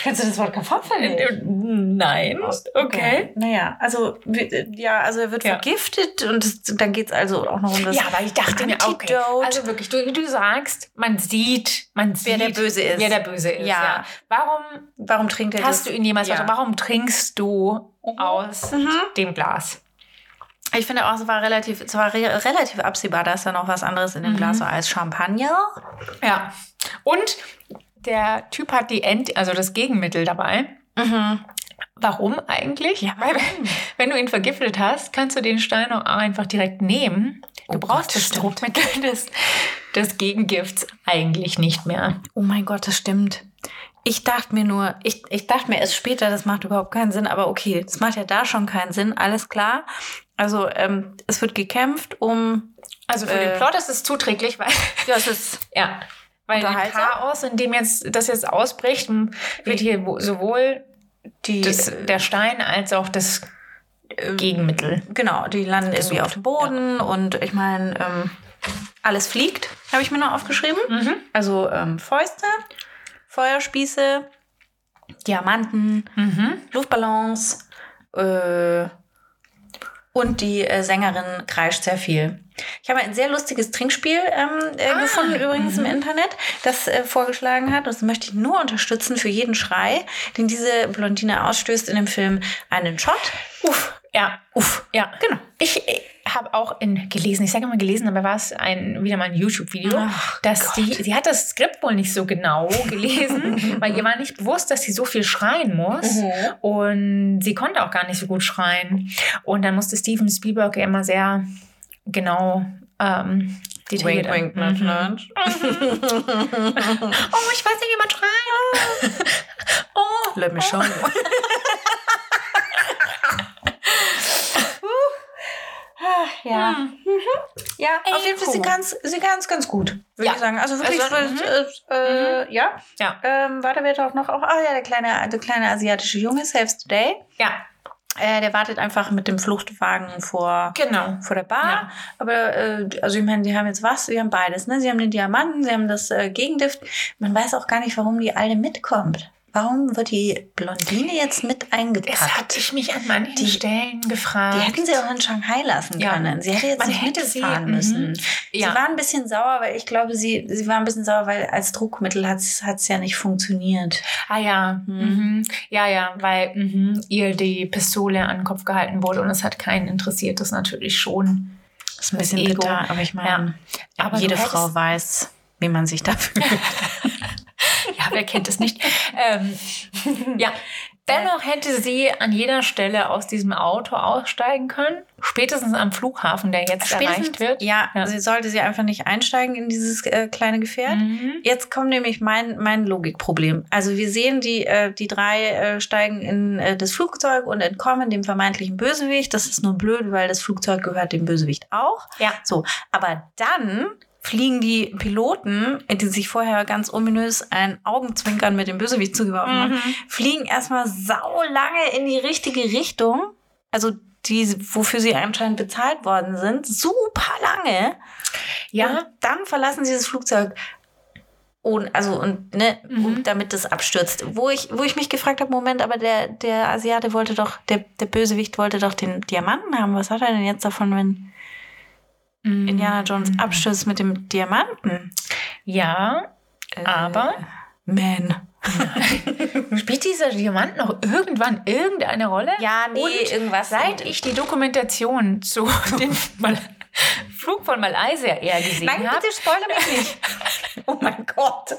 C: Kennst du das Wort Kafaffel?
B: Nein. Äh, Okay.
C: Naja, also, wir- ja, also er wird
B: Ja.
C: vergiftet und es, dann geht es also auch noch um das.
B: Ja, aber ich dachte mir, okay.
C: Antidote.
B: Also wirklich, du, du sagst, man sieht, man sieht,
C: Wer der Böse ist.
B: Wer der Böse ist.
C: Ja.
B: Ja. Warum
C: Warum trinkt er das?
B: hast du ihn jemals?
C: Ja. Mhm.
B: Also warum trinkst du aus dem Glas?
C: Ich finde auch, es war relativ, es war re relativ absehbar, dass da noch was anderes in dem Glas war als Champagner.
B: Ja. Und der Typ hat die End, also das Gegenmittel dabei.
C: Mhm.
B: Warum eigentlich?
C: Ja,
B: Weil, wenn du ihn vergiftet hast, kannst du den Stein auch einfach direkt nehmen. Du
C: Oh
B: brauchst
C: Gott,
B: das
C: stimmt.
B: Druckmittel [LAUGHS] des, des Gegengifts eigentlich nicht mehr.
C: Oh mein Gott, das stimmt. Ich dachte mir nur, ich, ich dachte mir erst später, das macht überhaupt keinen Sinn, aber okay, das macht ja da schon keinen Sinn, alles klar. Also ähm, es wird gekämpft um,
B: Also für
C: Äh.
B: den Plot ist es zuträglich, weil [LAUGHS]
C: ja, es ist
B: ja, weil der
C: Unterhaltsam?
B: Chaos, in dem jetzt das jetzt ausbricht, wird hier wo- sowohl
C: die,
B: das, der Stein als auch das
C: äh,
B: Gegenmittel.
C: genau, die landen irgendwie
B: Gesucht,
C: auf dem Boden und ich meine, ähm, alles fliegt, habe ich mir noch aufgeschrieben.
B: Mhm.
C: Also ähm, Fäuste, Feuerspieße, Diamanten,
B: Mhm.
C: Luftballons äh, und die äh, Sängerin kreischt sehr viel. Ich habe ein sehr lustiges Trinkspiel ähm, äh,
B: Ah,
C: gefunden, übrigens im Internet, das äh, vorgeschlagen hat. Und das möchte ich nur unterstützen für jeden Schrei, den diese Blondine ausstößt in dem Film. Einen Shot.
B: Uff. Ja,
C: Uff.
B: ja.
C: Genau.
B: Ich äh, habe auch in, gelesen, ich sage immer gelesen, aber war es ein, wieder mal ein YouTube-Video,
C: Ach
B: dass die, sie hat das Skript wohl nicht so genau gelesen, weil ihr war nicht bewusst, dass sie so viel schreien muss. Und sie konnte auch gar nicht so gut schreien. Und dann musste Steven Spielberg ja immer sehr genau ähm, detailliert.
C: nudge,
B: Mhm.
C: nudge.
B: Oh, ich weiß nicht, wie man schreit. oh,
C: Let me show you. Ach, ja. Ja,
B: Hm. Ey,
C: auf jeden Fall
B: cool.
C: sie ganz, sie ganz, ganz gut, würde
B: Ja.
C: ich sagen. Also wirklich,
B: Also, mhm.
C: so, äh, äh, ja.
B: Ja.
C: Ähm, warte, wird auch noch, auch, ah ja, der kleine, der kleine asiatische Junge saves the day.
B: ja.
C: Äh, der wartet einfach mit dem Fluchtwagen vor,
B: Genau.
C: vor der Bar.
B: Ja.
C: Aber, äh, also ich meine, sie haben jetzt was, sie haben beides. Ne? Sie haben den Diamanten, sie haben das äh, Gegengift. Man weiß auch gar nicht, warum die Alte mitkommt. Warum wird die Blondine jetzt mit
B: Das
C: eingepackt?
B: hatte ich mich an manchen
C: Die-
B: Stellen gefragt.
C: Die hätten sie auch in Shanghai lassen
B: Ja.
C: können. Sie hätte jetzt
B: Man
C: nicht
B: hätte sie-
C: mitfahren
B: mhm.
C: müssen.
B: Ja.
C: Sie war ein bisschen sauer, weil ich glaube, sie, sie war ein bisschen sauer, weil als Druckmittel hat es ja nicht funktioniert.
B: Ah ja,
C: Mhm.
B: mhm. ja, ja, weil mhm, ihr die Pistole an den Kopf gehalten wurde und es hat keinen interessiert, das natürlich schon. [LAUGHS]
C: Das ist ein
B: Das
C: bisschen
B: Ego.
C: bitter, aber ich meine,
B: Ja. Aber
C: jede
B: du hättest-
C: Frau weiß, wie man sich dafür.
B: Ja, wer kennt
C: [LAUGHS]
B: es nicht? ähm, ja, dennoch hätte sie an jeder Stelle aus diesem Auto aussteigen können, spätestens am Flughafen, der jetzt erreicht wird.
C: Ja,
B: Ja.
C: sie sollte sie einfach nicht einsteigen in dieses äh, kleine Gefährt.
B: Mhm.
C: Jetzt kommt nämlich mein, mein Logikproblem. Also wir sehen, die, äh, die drei äh, steigen in äh, das Flugzeug und entkommen dem vermeintlichen Bösewicht. Das ist nur blöd, weil das Flugzeug gehört dem Bösewicht auch.
B: Ja.
C: So, aber dann fliegen die Piloten, die sich vorher ganz ominös ein Augenzwinkern mit dem Bösewicht zugeworfen haben,
B: Mhm.
C: fliegen erstmal saulange in die richtige Richtung. Also die, wofür sie anscheinend bezahlt worden sind, super lange.
B: Ja,
C: Und dann verlassen sie das Flugzeug. Und, also, und, ne,
B: Mhm.
C: und damit das abstürzt. Wo ich, wo ich mich gefragt habe, Moment, aber der, der Asiate wollte doch, der, der Bösewicht wollte doch den Diamanten haben. Was hat er denn jetzt davon, wenn
B: Mhm.
C: Indiana Jones abstürzt mit dem Diamanten?
B: ja,
C: Äh,
B: aber
C: Man.
B: spielt dieser Diamant noch irgendwann irgendeine Rolle?
C: Ja, nee,
B: Und
C: irgendwas.
B: Seit ich die Dokumentation zu [LAUGHS] dem Mal Flug von Malaysia Air gesehen
C: Nein,
B: habe,
C: bitte spoilere mich
B: [LAUGHS]
C: nicht. oh mein Gott.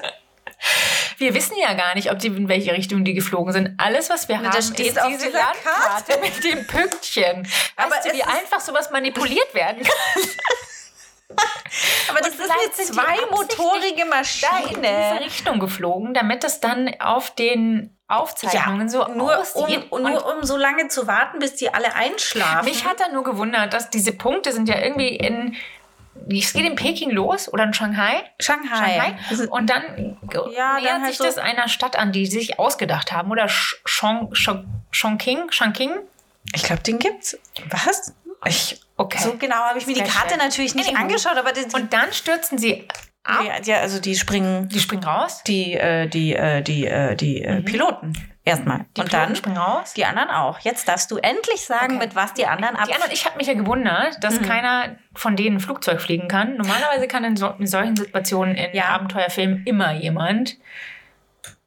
B: wir wissen ja gar nicht, ob die in welche Richtung die geflogen sind. Alles, was wir
C: Und
B: haben,
C: das
B: ist
C: steht
B: diese
C: auf dieser
B: Landkarte mit dem Pünktchen.
C: Aber
B: weißt du,
C: es
B: wie
C: ist-
B: einfach sowas
C: [LAUGHS]
B: manipuliert werden kann?
C: Aber das ist
B: vielleicht
C: eine
B: sind die
C: zweimotorige
B: Da in diese
C: Maschine.
B: Richtung geflogen, damit das dann auf den Aufzeichnungen so
C: nur um,
B: aussieht. Und
C: nur um so lange zu warten, bis die alle einschlafen.
B: mich hat da nur gewundert, dass diese Punkte sind ja irgendwie in... Es geht in Peking los oder in Shanghai.
C: Shanghai.
B: Shanghai. Und dann ge-
C: Ja, dann
B: nähert
C: halt
B: sich
C: so-
B: das einer Stadt an, die sie sich ausgedacht haben. Oder Sch- Shong, Shong, Chongqing? Chongqing?
C: Ich glaube, den gibt's. Was? Ich,
B: Okay.
C: So genau habe ich mir die
B: Sehr
C: Karte
B: schön.
C: natürlich nicht
B: Anywho.
C: angeschaut, aber die, die,
B: Und dann stürzen sie ab.
C: die, ja, also die springen
B: Die springen raus.
C: die, äh, die, äh, die, äh, die äh, Piloten erstmal.
B: Mhm. Die
C: Und
B: Piloten
C: dann
B: springen raus.
C: die anderen auch. Jetzt darfst du endlich sagen,
B: Okay.
C: mit was die anderen ab. Mhm.
B: Die anderen, ich habe mich ja gewundert, dass keiner von denen ein Flugzeug fliegen kann. Normalerweise kann in, so, in solchen Situationen in
C: Ja. Mhm.
B: Abenteuerfilmen immer jemand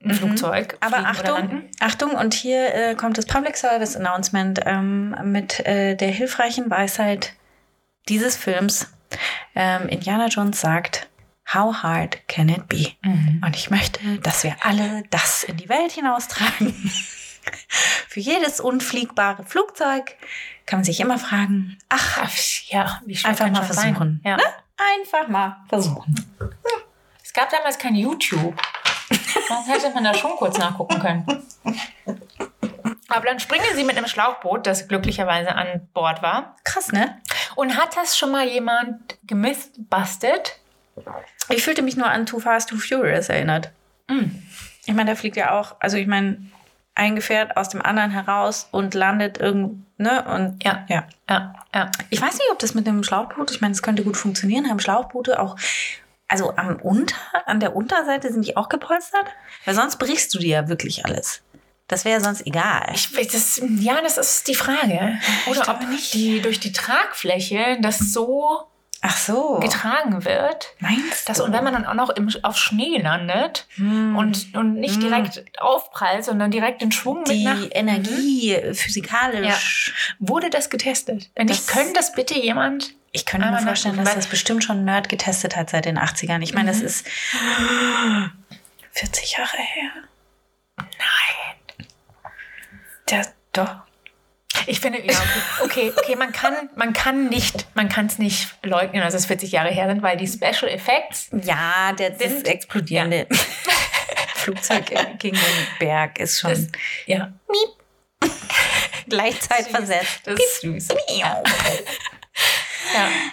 B: ein Flugzeug
C: Aber
B: fliegen oder
C: Achtung,
B: landen.
C: Achtung, und hier äh, kommt das Public Service Announcement ähm, mit äh, der hilfreichen Weisheit dieses Films. Ähm, Indiana Jones sagt, How hard can it be?
B: Mhm.
C: Und ich möchte, dass wir alle das in die Welt hinaustragen. [LAUGHS] Für jedes unfliegbare Flugzeug kann man sich immer fragen, ach,
B: Ach, ja, wie schwer
C: Einfach
B: kann
C: mal
B: schon
C: versuchen,
B: Sein. Ja.
C: einfach mal versuchen.
B: Es gab damals kein YouTube. Sonst hätte man da schon kurz nachgucken können. Aber dann springen sie mit einem Schlauchboot, das glücklicherweise an Bord war.
C: Krass, ne?
B: Und hat das schon mal jemand gemissbastet?
C: Ich fühlte mich nur an Too Fast, Too Furious erinnert. Ich meine, da fliegt ja auch, also ich meine, ein Gefährt aus dem anderen heraus und landet irgend, ne? Und
B: Ja.
C: ja.
B: Ja, ja.
C: Ich weiß nicht, ob das mit einem Schlauchboot, ich meine, es könnte gut funktionieren, haben Schlauchboote auch, also am Unter, an der Unterseite sind die auch gepolstert? Weil sonst brichst du dir ja wirklich alles. Das wäre ja sonst egal.
B: Ich, weiß, das, ja, das ist die Frage. Oder ob die durch die Tragfläche das so
C: Ach so.
B: getragen wird.
C: Meinst
B: Das,
C: du?
B: und wenn man dann auch noch im, auf Schnee landet
C: Hm.
B: und, und nicht
C: Hm.
B: direkt aufprallt, sondern direkt den Schwung mit
C: die
B: nach
C: Energie physikalisch.
B: Wurde das getestet? Wenn
C: Das-
B: nicht, können das bitte jemand?
C: Ich könnte mir
B: Einmal
C: vorstellen, dass
B: nachgucken,
C: das bestimmt schon Nerd getestet hat seit den 80ern. Ich meine, das
B: Mhm.
C: ist 40 Jahre her.
B: Nein.
C: Das, doch.
B: Ich finde, ja, okay, okay, man kann, man kann nicht, man kann es nicht leugnen, dass es 40 Jahre her sind, weil die Special Effects,
C: Ja, der das
B: Sind-
C: explodierende [LAUGHS] Flugzeug gegen den Berg ist schon
B: das, ja,
C: gleichzeitig versetzt.
B: das ist süß. Ja,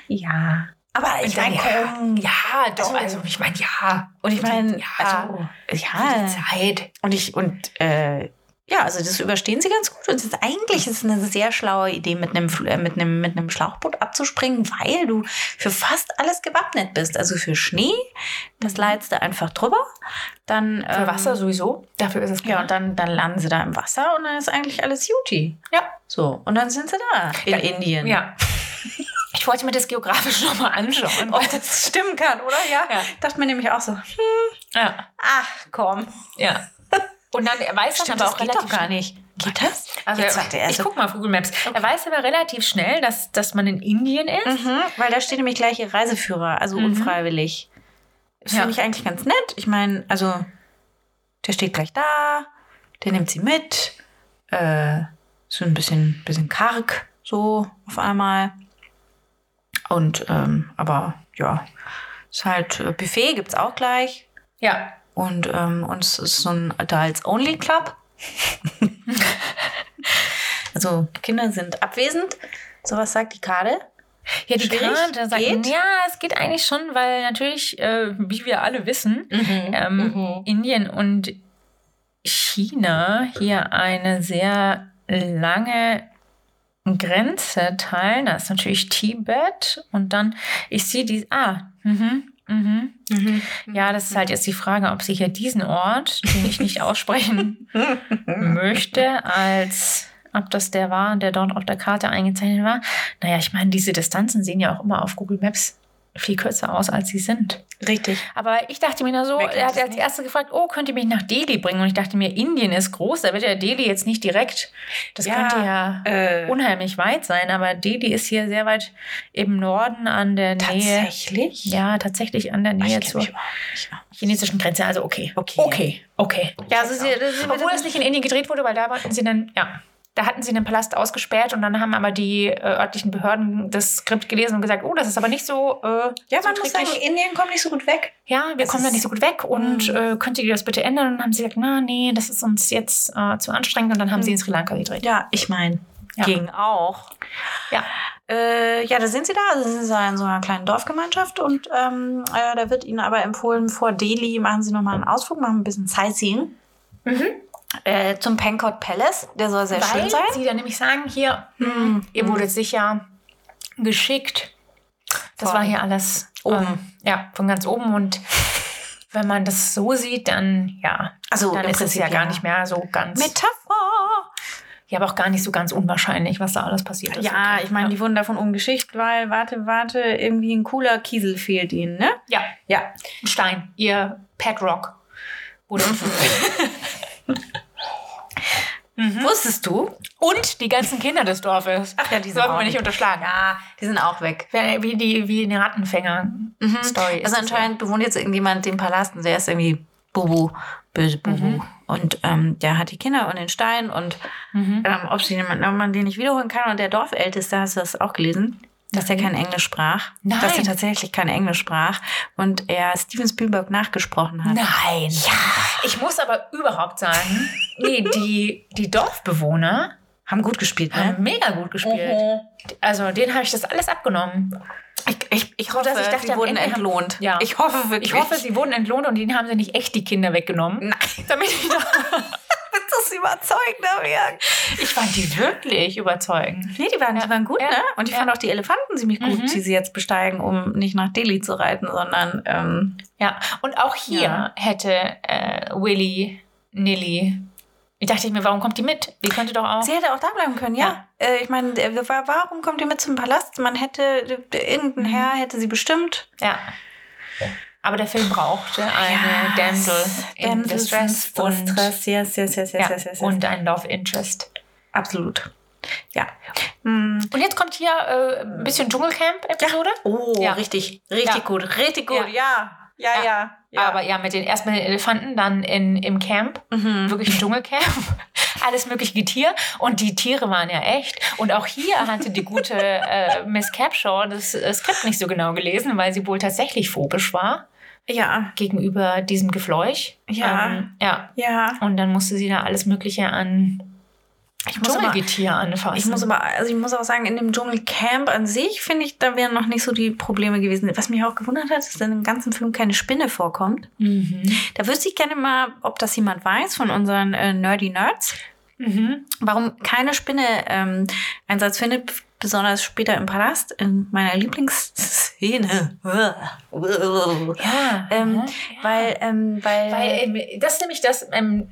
C: Ja. Aber ich
B: Und dann,
C: meine, komm.
B: ja, ja, doch, also ich meine, ah. ja.
C: Und ich meine,
B: ja,
C: also,
B: für die
C: ja.
B: Zeit.
C: Und ich, und äh, ja, also das überstehen sie ganz gut. Und es ist, eigentlich ist es eine sehr schlaue Idee, mit einem, Fl- äh, mit, einem, mit einem Schlauchboot abzuspringen, weil du für fast alles gewappnet bist. Also für Schnee, das leitest du einfach drüber. Dann,
B: Mhm. Für
C: ähm,
B: Wasser sowieso. Dafür ist es
C: Ja, und dann, dann landen sie da im Wasser und dann ist eigentlich alles Juti.
B: Ja.
C: So, und dann sind sie da in
B: Ja.
C: Indien.
B: Ja. [LAUGHS] Ich wollte mir das geografisch [LAUGHS] nochmal
C: [LAUGHS]
B: anschauen.
C: Ob das stimmen kann, oder? Ja.
B: Ja.
C: Dachte mir nämlich auch so,
B: Ja.
C: ach komm.
B: ja. Und dann er weiß
C: Stimmt,
B: dann
C: das
B: aber auch
C: geht
B: relativ
C: doch gar nicht. Geht das?
B: Also,
C: Jetzt sagt er
B: ich
C: also-
B: guck mal auf Google Maps. Er weiß aber relativ schnell, dass, dass man in Indien ist.
C: Mhm, weil da steht nämlich gleich ihr Reiseführer, also
B: Mhm.
C: unfreiwillig. Das
B: Ja.
C: finde ich eigentlich ganz nett. Ich meine, also, der steht gleich da, der nimmt sie mit. Äh, so ein bisschen, bisschen karg, so auf einmal. Und, ähm, aber ja, ist halt äh, Buffet, gibt's auch gleich.
B: Ja.
C: Und, ähm, und es ist so ein
B: [LAUGHS]
C: Adults-Only-Club. also Kinder sind abwesend. Sowas sagt die Kade.
B: Ja, die
C: Schwierig?
B: Karte sagt,
C: Geht?
B: ja, es geht eigentlich schon, weil natürlich, äh, wie wir alle wissen,
C: Mhm,
B: ähm, Indien und China hier eine sehr lange Grenze teilen. Das ist natürlich Tibet und dann, ich sehe die, ah, mhm, mhm. Ja, das ist
C: Mhm.
B: halt jetzt die Frage, ob sie hier diesen Ort, den ich
C: [LAUGHS]
B: nicht aussprechen möchte, als ob das der war, der dort auf der Karte eingezeichnet war. Naja, ich meine, diese Distanzen sehen ja auch immer auf Google Maps viel kürzer aus, als sie sind.
C: Richtig.
B: Aber ich dachte mir nur so,
C: Wer kennt
B: er hat
C: das
B: als
C: nicht?
B: erstes gefragt, oh, könnt ihr mich nach Delhi bringen? Und ich dachte mir, Indien ist groß, da wird ja Delhi jetzt nicht direkt. Das
C: Ja,
B: könnte ja
C: Äh,
B: unheimlich weit sein, aber Delhi ist hier sehr weit im Norden an der Nähe.
C: tatsächlich?
B: Ja, tatsächlich an der
C: Ah,
B: Nähe
C: ich kenn
B: zur
C: mich überhaupt nicht aus.
B: chinesischen Grenze, also okay.
C: Okay.
B: Okay, okay.
C: Ja, also sie, das ist
B: Obwohl es nicht in Indien gedreht wurde, weil da wollten sie dann, ja, da hatten sie den Palast ausgesperrt und dann haben aber die äh, örtlichen Behörden das Skript gelesen und gesagt, oh, das ist aber nicht so. Äh,
C: ja, man muss
B: zuträglich.
C: sagen, Indien kommt nicht so gut weg.
B: Ja, wir
C: Es
B: kommen da
C: ist-
B: nicht so gut weg und
C: Mm.
B: äh, könnt ihr das bitte ändern? Und dann haben sie gesagt, na, nee, das ist uns jetzt äh, zu anstrengend. Und dann
C: Hm.
B: haben sie in Sri Lanka gedreht.
C: Ja, ich meine,
B: Ja.
C: ging auch.
B: Ja.
C: Äh, ja, da sind sie da, also sind sie da in so einer kleinen Dorfgemeinschaft und ähm, äh, da wird ihnen aber empfohlen, vor Delhi machen sie nochmal einen Ausflug, machen ein bisschen Sightseeing. Äh, zum Pankot Palace, der soll sehr schön sein.
B: sie dann nämlich sagen, hier, hm,
C: Mhm.
B: ihr wurdet sicher geschickt. Das
C: Von
B: war hier alles
C: oben.
B: Ähm, ja, von ganz oben. Und wenn man das so sieht, dann ja,
C: Also
B: dann
C: im
B: ist es
C: Prinzip
B: ja gar
C: ja.
B: nicht mehr so ganz.
C: Metapher!
B: Ja, aber auch gar nicht so ganz unwahrscheinlich, was da alles passiert ist.
C: Ja, ich meine, die wurden davon umgeschickt, weil, warte, warte, irgendwie ein cooler Kiesel fehlt ihnen, ne?
B: Ja,
C: Ja.
B: ein Stein, ihr Pet Rock.
C: [LAUGHS]
B: Wurde
C: Wusstest du?
B: Mhm. Und die ganzen Kinder des Dorfes.
C: Ach ja, die sind
B: Sollten
C: auch
B: wir nicht
C: weg.
B: unterschlagen.
C: Ja, die sind auch weg.
B: Wie wie die wie eine Rattenfänger-Story. ist
C: Also
B: das ja.
C: anscheinend, du wohnt jetzt irgendjemand im Palast und der ist irgendwie Bubu, böse Bubu. Und ähm, der hat die Kinder und den Stein und
B: Mhm.
C: ähm, ob, sie, den- ob man den nicht wiederholen kann. Und der Dorfälteste, hast du das auch gelesen? Dass er kein Englisch sprach.
B: Nein.
C: Dass er tatsächlich kein Englisch sprach. Und er Steven Spielberg nachgesprochen hat.
B: Nein. Ich muss aber überhaupt sagen, nee, die, die Dorfbewohner
C: Haben gut gespielt, ne?
B: haben mega gut gespielt.
C: Mhm.
B: Also denen habe ich das alles abgenommen.
C: Ich, ich, ich hoffe,
B: dass ich dachte,
C: sie
B: am
C: wurden
B: Ende haben-
C: entlohnt.
B: Ja.
C: Ich hoffe wirklich.
B: Ich hoffe, sie wurden entlohnt und denen haben sie nicht echt die Kinder weggenommen.
C: Nein.
B: [LAUGHS] Damit ich,
C: das ist überzeugender Werk.
B: ich fand die wirklich überzeugend.
C: Nee, die waren, die waren gut,
B: Ja.
C: ne? Und ich
B: Ja.
C: fand auch die Elefanten ziemlich gut,
B: Mhm.
C: die sie jetzt besteigen, um nicht nach Delhi zu reiten, sondern ähm,
B: Ja, und auch hier
C: Ja.
B: hätte äh, Willy, Nilly, ich dachte ich mir, warum kommt die mit? Die könnte doch auch.
C: sie hätte auch da bleiben können, ja. Äh, ich meine, äh, wa- warum kommt ihr mit zum Palast? Man hätte, äh,
B: Mhm.
C: irgendein Herr hätte sie bestimmt.
B: Ja. Aber der Film brauchte eine
C: Ja,
B: Damsel in
C: Damsel
B: Distress
C: in
B: und,
C: Distress. Yes, yes, yes, yes,
B: ja,
C: yes, yes, yes.
B: und ein Love Interest.
C: Absolut. Ja. Hm.
B: Und jetzt kommt hier äh, ein bisschen Dschungelcamp-Episode.
C: Oh,
B: Ja.
C: richtig, richtig
B: Ja.
C: gut, richtig
B: Ja.
C: gut, ja. Ja, ja.
B: Ja.
C: ja.
B: Aber ja, mit den erstmal den Elefanten, dann in, im Camp,
C: Mhm.
B: wirklich ein Dschungelcamp, [LAUGHS] alles mögliche Getier. Und die Tiere waren ja echt. Und auch hier hatte die gute äh, Miss Capshaw das äh, Skript nicht so genau gelesen, weil sie wohl tatsächlich phobisch war
C: ja,
B: gegenüber diesem Gefleuch.
C: Ja.
B: Ähm, ja.
C: ja.
B: Und dann musste sie da alles Mögliche an
C: Ich muss aber-
B: Dschungelgetier anfassen.
C: Ich muss aber, also ich muss auch sagen, in dem Dschungelcamp an sich finde ich, da wären noch nicht so die Probleme gewesen. Was mich auch gewundert hat, ist, dass in dem ganzen Film keine Spinne vorkommt.
B: mhm.
C: Da wüsste ich gerne mal, ob das jemand weiß von unseren äh, Nerdy Nerds.
B: Mhm.
C: Warum keine Spinne ähm, Einsatz findet, besonders später im Palast, in meiner Lieblingsszene.
B: Ja.
C: Ähm,
B: ne?
C: Weil, ähm, weil,
B: Weil ähm, das ist nämlich das, ähm,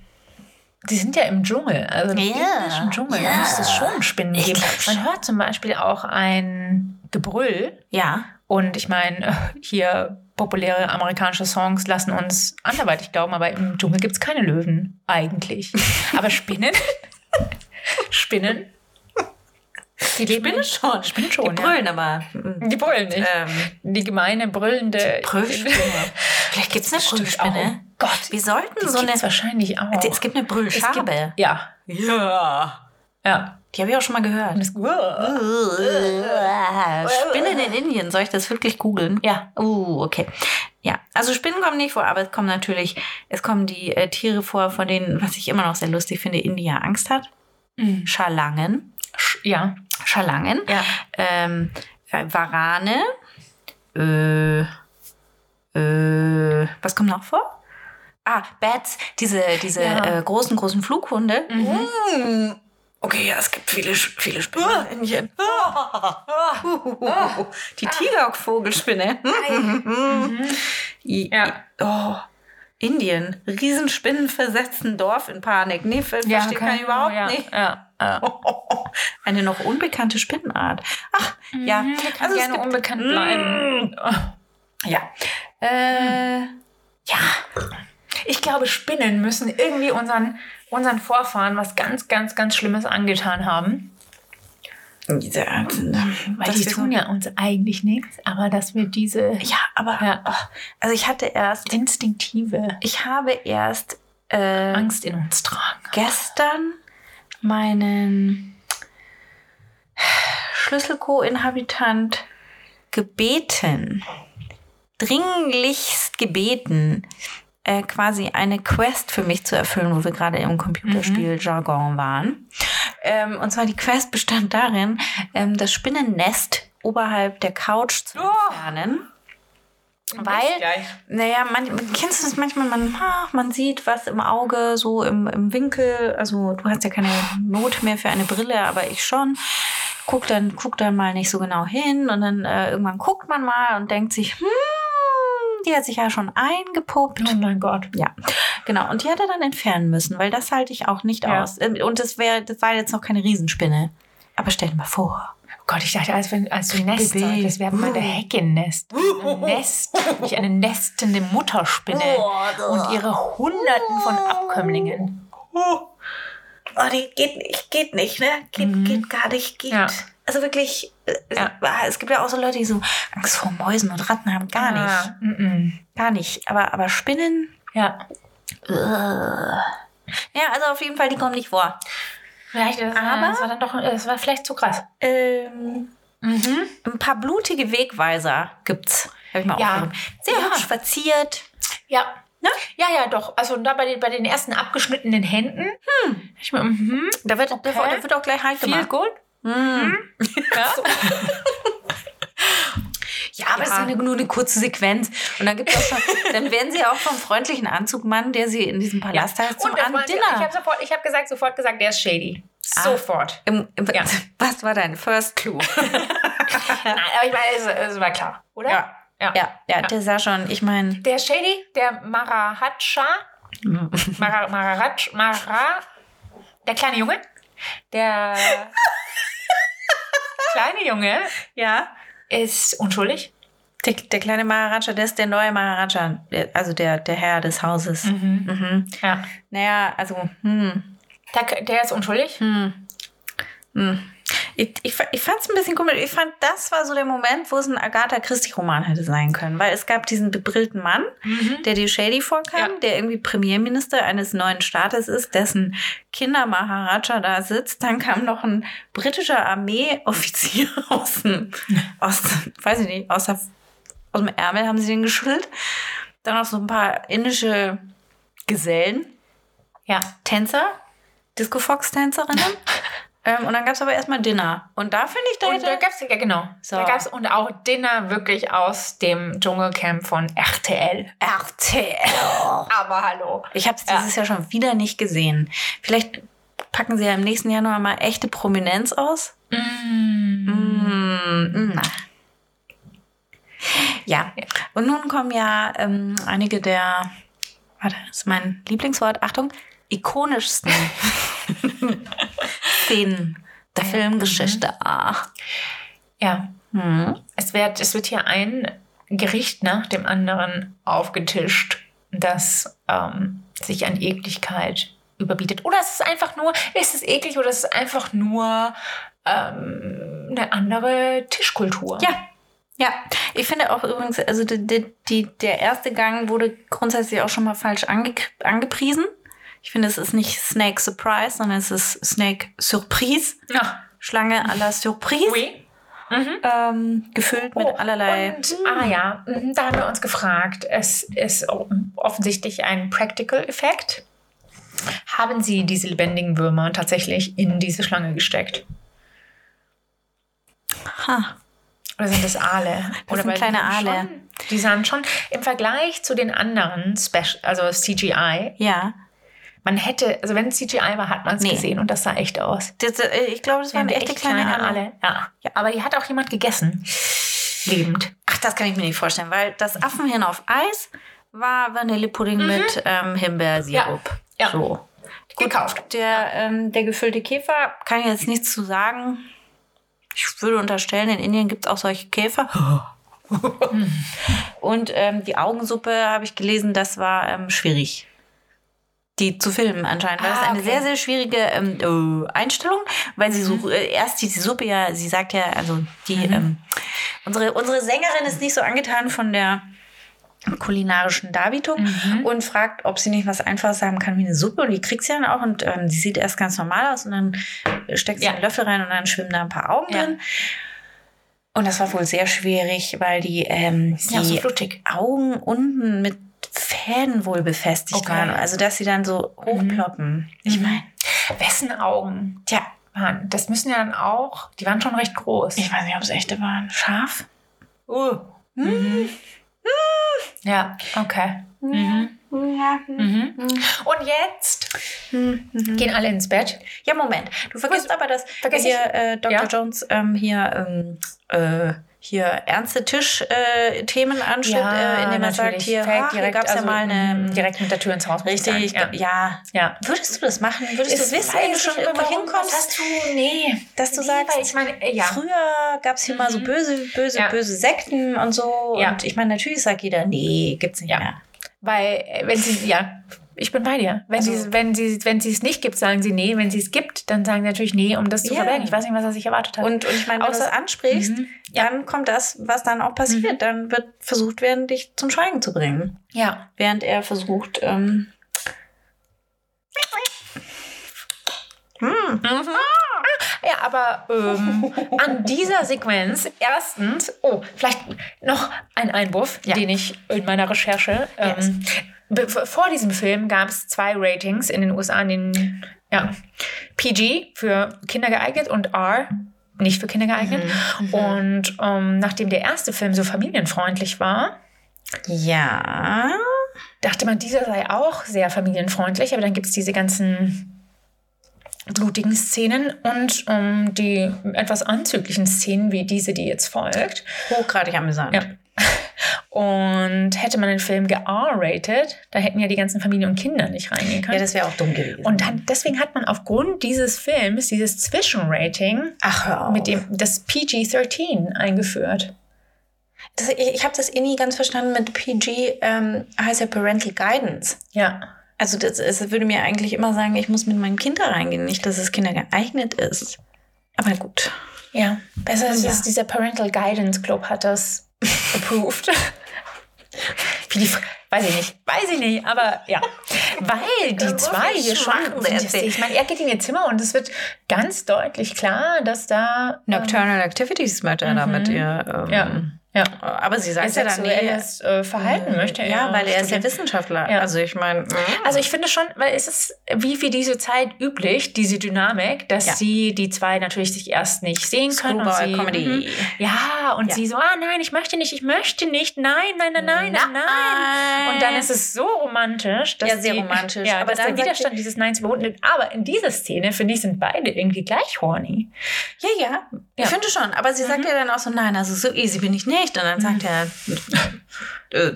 B: die sind ja im Dschungel, also im
C: Ja.
B: indischen Dschungel,
C: Ja.
B: da müsste es schon Spinnen
C: Ich
B: geben.
C: glaub schon.
B: Man hört zum Beispiel auch ein Gebrüll
C: ja,
B: und ich meine, äh, hier populäre amerikanische Songs lassen uns anderweitig glauben, aber im Dschungel gibt es keine Löwen,
C: [LAUGHS]
B: eigentlich. Aber Spinnen, [LAUGHS] Spinnen, die leben
C: Spinnen schon.
B: Spinnen
C: die
B: schon,
C: brüllen aber.
B: ja. Die brüllen nicht.
C: Ähm,
B: Die gemeine, brüllende...
C: Brüllspinne. Vielleicht gibt es eine
B: Stimmt,
C: Brüllspinne.
B: Oh Gott,
C: Wir sollten
B: die
C: so eine.
B: gibt's wahrscheinlich auch.
C: Es gibt eine
B: Es
C: Brüllschabe.
B: gibt- Ja,
C: Ja.
B: ja.
C: Die habe ich auch schon mal gehört.
B: Und es, uah.
C: Spinnen in Indien. Soll ich das wirklich googeln?
B: ja.
C: Uh, okay. Ja, also Spinnen kommen nicht vor, aber es kommen natürlich, es kommen die äh, Tiere vor, von denen, was ich immer noch sehr lustig finde, India Angst hat.
B: Mhm.
C: Schalangen.
B: Sch- Ja.
C: Schalangen.
B: Ja.
C: Ähm, äh, Warane. Äh, äh, was kommt noch vor? Ah, Bats, diese, diese
B: Ja.
C: äh, großen, großen Flughunde.
B: Mhm.
C: Mm. Ah. Okay, ja, es gibt viele, Sch- viele Spinnen in Indien. Ah. Die Tigervogelspinne. I-
B: Ja.
C: i- Oh. Indien. Riesenspinnen versetzen Dorf in Panik. Nee, ver
B: Ja,
C: versteht
B: kann-
C: man überhaupt
B: ja,
C: nicht.
B: Ja. ja.
C: Eine noch unbekannte Spinnenart. Ach, ja.
B: Mhm, wir können gerne
C: es gibt-
B: unbekannt
C: Mm.
B: bleiben.
C: Ja. Äh, ja.
B: Ich glaube, Spinnen müssen irgendwie unseren, unseren Vorfahren was ganz, ganz, ganz Schlimmes angetan haben. Hm. Weil
C: Weil
B: die tun ja uns eigentlich nichts, aber dass wir diese
C: Ja, aber.
B: Ja.
C: oh, also, ich hatte erst.
B: instinktive
C: Ich habe erst. Äh,
B: Angst in uns tragen.
C: gestern meinen Schlüsselco-Inhabitant gebeten, dringlichst gebeten, äh, quasi eine Quest für mich zu erfüllen, wo wir gerade im Computerspiel-Jargon waren. Ähm, und zwar die Quest bestand darin, ähm, das Spinnennest oberhalb der Couch zu entfernen. Weil- Naja, man, kennst du das manchmal, man, ah, man sieht was im Auge, so im, im Winkel. Also du hast ja keine Not mehr für eine Brille, aber ich schon. Guck dann, guck dann mal nicht so genau hin und dann äh, irgendwann guckt man mal und denkt sich, hm, die hat sich ja schon eingepuppt.
B: Oh mein Gott.
C: Ja, genau. Und die hat er dann entfernen müssen, weil das halte ich auch nicht
B: Ja.
C: aus. Ähm, Und das wäre, das war jetzt noch keine Riesenspinne. Aber stell dir mal vor.
B: Oh Gott, ich dachte, als, wenn, als du Nest
C: Baby.
B: sagst, das wäre mal der [LAUGHS] Heckennest. Ein Nest, nämlich eine nestende Mutterspinne und ihre Hunderten von Abkömmlingen.
C: Oh, oh die geht nicht, geht nicht, ne? Geht, geht gar nicht, geht.
B: Mhm. Ja.
C: Also wirklich, äh,
B: Ja.
C: ah, es gibt ja auch so Leute, die so Angst vor Mäusen und Ratten haben. Gar nicht.
B: Ah, mm-mm.
C: Gar nicht. Aber, aber Spinnen.
B: Ja.
C: äh. Ja, also auf jeden Fall, die kommen nicht vor.
B: Vielleicht, das,
C: Aber-
B: Aber das war dann doch, das war vielleicht zu krass.
C: Ähm,
B: Mhm.
C: ein paar blutige Wegweiser gibt's. Hab ich mal
B: Ja.
C: aufgehoben. Sehr
B: Ja.
C: hübsch verziert.
B: Ja.
C: Ne?
B: Ja, ja, doch. Also da bei den, bei den ersten abgeschnittenen Händen. Hm. Ich mir, mhm.
C: Da wird, da
B: Okay.
C: wird- da wird auch gleich halt
B: Viel
C: gemacht.
B: gut. Mhm.
C: Mm.
B: [LAUGHS] Ja.
C: Ja, aber es ist
B: Ja.
C: eine, nur eine kurze Sequenz. Und dann gibt's auch schon, dann werden sie auch vom freundlichen Anzugmann, der sie in diesem Palast hat, zum
B: Und das war, ich
C: Abenddinner.
B: habe sofort, ich habe gesagt, sofort gesagt, der ist shady.
C: Ah.
B: Sofort.
C: Im, im,
B: Ja.
C: [LAUGHS] Was war dein First Clue?
B: Nein, aber ich meine, es, es war klar, oder?
C: Ja.
B: ja.
C: ja, ja, der sah schon, ich meine,
B: Der Shady, der Marahatscha, Mara, Mararatsch, Mara, der kleine Junge, der kleine Junge
C: ja,
B: ist unschuldig.
C: der, der kleine Maharaja, der ist der neue Maharaja, der- also der, der Herr des Hauses.
B: Mhm.
C: Mhm.
B: Ja.
C: Naja, also, hm,
B: Der, der ist unschuldig.
C: hm, hm. Ich, ich, fa- ich fand es ein bisschen komisch. Ich fand, das war so der Moment, wo es ein Agatha Christie-Roman hätte sein können. Weil es gab diesen bebrillten Mann,
B: Mhm.
C: der dir Shady vorkam,
B: Ja.
C: der irgendwie Premierminister eines neuen Staates ist, dessen Kinder Maharaja da sitzt. Dann kam noch ein britischer Armeeoffizier [LAUGHS] aus dem, aus, weiß ich nicht, aus, der, aus dem Ärmel haben sie den geschüttelt. Dann noch so ein paar indische Gesellen,
B: Ja.
C: Tänzer,
B: [LAUGHS]
C: Disco-Fox-Tänzerinnen. ähm, und dann gab es aber erstmal Dinner. Und da finde ich, da
B: Und da
C: hätte...
B: gab es, ja genau,
C: So.
B: da gab es und auch Dinner wirklich aus dem Dschungelcamp von RTL.
C: RTL.
B: Aber hallo.
C: Ich habe es dieses Jahr schon wieder nicht gesehen. Vielleicht packen sie ja im nächsten Jahr noch mal echte Prominenz aus. Mm, na. Ja. Und nun kommen ja ähm, einige der, warte, das ist mein Lieblingswort, Achtung,
B: [LAUGHS]
C: ikonischsten Szenen der
B: Ja. Mhm.
C: Filmgeschichte. Ah.
B: Ja,
C: Hm.
B: es wird, es wird hier ein Gericht nach dem anderen aufgetischt, das ähm, sich an Ekligkeit überbietet. Oder es ist einfach nur, ist es eklig oder es ist einfach nur ähm, eine andere Tischkultur.
C: Ja. Ja, ich finde auch übrigens, also die, die, die, der erste Gang wurde grundsätzlich auch schon mal falsch ange, angepriesen. Ich finde, es ist nicht Snake Surprise, sondern es ist Snake Surprise.
B: Ja.
C: Schlange à la Surprise.
B: Oui. Mhm.
C: Ähm, gefüllt
B: Oh,
C: mit allerlei.
B: Und, ah ja, mhm, da haben wir uns gefragt. Es ist o- offensichtlich ein Practical-Effekt. Haben Sie diese lebendigen Würmer tatsächlich in diese Schlange gesteckt?
C: Ha.
B: Oder sind das Aale? Oder
C: sind
B: weil
C: kleine
B: die
C: Aale.
B: Schon, die sahen schon im Vergleich zu den anderen, Special, also CGI,
C: Ja.
B: man hätte, also wenn es CGI war, hat man es
C: Nee.
B: gesehen und das sah echt aus.
C: Das, äh, ich glaube, das waren
B: Die
C: echte kleine, Aale.
B: Ja. ja. Aber die hat auch jemand gegessen. Lebend.
C: Ach, das kann ich mir nicht vorstellen, weil das Affenhirn auf Eis war Vanillepudding mit ähm, Himbeersirup.
B: Mhm. Ja. Ja.
C: So.
B: Gekauft.
C: Der, ähm, der gefüllte Käfer, kann ich jetzt nichts zu sagen. Ich würde unterstellen, in Indien gibt es auch solche
B: [LAUGHS]
C: Käfer. Und ähm, die Augensuppe, habe ich gelesen, das war ähm, schwierig. Die zu filmen anscheinend. Weil das
B: Ah,
C: ist eine
B: okay. Mhm.
C: sehr, sehr schwierige ähm, äh, Einstellung, weil sie so äh, erst die, die Suppe ja, sie sagt ja, also die, ähm, unsere, unsere Sängerin ist nicht so angetan von der kulinarischen Darbietung
B: Mhm.
C: und fragt, ob sie nicht was Einfaches haben kann wie eine Suppe. Und die kriegt sie dann auch und ähm, die sieht erst ganz normal aus und dann steckt sie
B: Ja.
C: einen Löffel rein und dann schwimmen da ein paar Augen
B: Ja.
C: drin. Und das war wohl sehr schwierig, weil die, ähm,
B: Ja, so
C: die
B: flutschig.
C: Augen unten mit Fäden wohl befestigt
B: Okay. Mhm.
C: waren. Also, dass sie dann so hochploppen. Ich meine,
B: Wessen Augen
C: tja,
B: waren? Das müssen ja dann auch, die waren schon recht groß.
C: ich weiß nicht, ob es echte waren. Scharf?
B: Uh. Mhm. Ja, okay. Mhm.
C: Ja.
B: Mhm. Und jetzt
C: Mhm.
B: gehen alle ins Bett.
C: Ja, Moment. Du vergisst aber, dass
B: Vergiss
C: hier äh, Dr.
B: Ja.
C: Jones ähm, hier, ähm, äh, hier ernste Tischthemen anschnitt, äh, indem er sagt,
B: natürlich.
C: hier,
B: Fällt
C: ach, hier gab es ja
B: also,
C: mal eine... ähm,
B: mm, direkt mit der Tür ins Haus. muss ich
C: Richtig,
B: sagen. ja.
C: ja.
B: ja.
C: Würdest du das machen? Würdest
B: Es
C: du wissen,
B: weiß
C: wenn du
B: ich
C: schon
B: nicht,
C: irgendwo
B: warum,
C: hinkommst?
B: was Hast du, nee.
C: dass du
B: nee,
C: sagst,
B: weil ich meine, äh, ja. Mhm.
C: Früher gab es hier mal so böse, böse,
B: Ja.
C: böse Sekten und so.
B: Ja.
C: Und ich meine, natürlich sagt jeder, nee, gibt's nicht
B: Ja.
C: mehr.
B: Weil, äh, wenn sie, ja, ich bin bei dir. Wenn
C: Also-
B: sie wenn sie, wenn sie es nicht gibt, sagen sie nee. Wenn sie es gibt, dann sagen sie natürlich nee, um das zu
C: Ja.
B: verbergen. Ich weiß nicht, was er sich erwartet hat.
C: Und, und ich meine, wenn du das
B: Außer-
C: ansprichst,
B: Mhm.
C: dann kommt das, was dann auch passiert. Dann wird versucht werden, dich zum Schweigen zu bringen.
B: ja.
C: Während er versucht, ähm,
B: Ja, aber ähm, an dieser Sequenz erstens, oh, vielleicht noch ein Einwurf,
C: Ja.
B: den ich in meiner Recherche. Ähm,
C: Yes.
B: be- Vor diesem Film gab es zwei Ratings in den USA, in den ja, PG für Kinder geeignet und R nicht für Kinder geeignet.
C: Mhm.
B: Und ähm, nachdem der erste Film so familienfreundlich war,
C: ja,
B: dachte man, dieser sei auch sehr familienfreundlich, aber dann gibt es diese ganzen blutigen Szenen und ähm, die etwas anzüglichen Szenen wie diese, die jetzt folgt.
C: hochgradig amüsant.
B: Ja. Und hätte man den Film ge-R-rated, da hätten ja die ganzen Familien und Kinder nicht reingehen
C: Ja,
B: können.
C: das wäre auch dumm gewesen.
B: und dann, deswegen hat man aufgrund dieses Films dieses Zwischenrating
C: ach, hör auf.
B: mit dem das PG-13 eingeführt.
C: das, ich ich habe das eh nie ganz verstanden mit PG, ähm, heißt ja Parental Guidance.
B: Ja.
C: Also das, es würde mir eigentlich immer sagen, ich muss mit meinem Kind da reingehen, nicht, dass es Kinder geeignet ist. Aber gut.
B: Ja, besser ist
C: Ja.
B: es, dieser Parental Guidance Club
C: [LAUGHS]
B: hat das approved. Wie die, Fra- weiß ich nicht, weiß ich nicht, aber ja.
C: [LAUGHS]
B: Weil die
C: so
B: zwei
C: viel
B: hier schon.
C: Schwachsinn erzählt.
B: Ich meine, er geht in ihr Zimmer und es wird ganz deutlich klar, dass da. ähm,
C: Nocturnal Activities meint er damit, ihr. Ähm,
B: ja, Ja.
C: Aber sie
B: Ihr
C: sagt ja dann nie.
B: sexuelles äh, Verhalten möchte er.
C: Mhm. Ja, weil er ist ja
B: studieren.
C: Wissenschaftler.
B: Ja.
C: Also ich meine,
B: Also ich finde schon, weil es ist wie für diese Zeit üblich, diese Dynamik, dass
C: Ja.
B: sie, die zwei natürlich sich erst nicht sehen können. und sie, Mhm.
C: Comedy.
B: Ja, und
C: Ja.
B: sie so, ah nein, ich möchte nicht, ich möchte nicht, nein, nein, nein, nein, nein. nein. Und dann ist es so romantisch, dass
C: Ja, sehr
B: die,
C: romantisch.
B: Ja,
C: Aber
B: aber dass
C: dann
B: der
C: sagt
B: Widerstand dieses Neins überwunden wird. Aber in dieser Szene, finde ich, sind beide irgendwie gleich horny.
C: Ja, ja, ich
B: Ja. Mhm.
C: finde schon. Aber sie sagt ja dann auch so, nein, also so easy bin ich nicht. Und dann sagt
B: Mhm.
C: er, äh,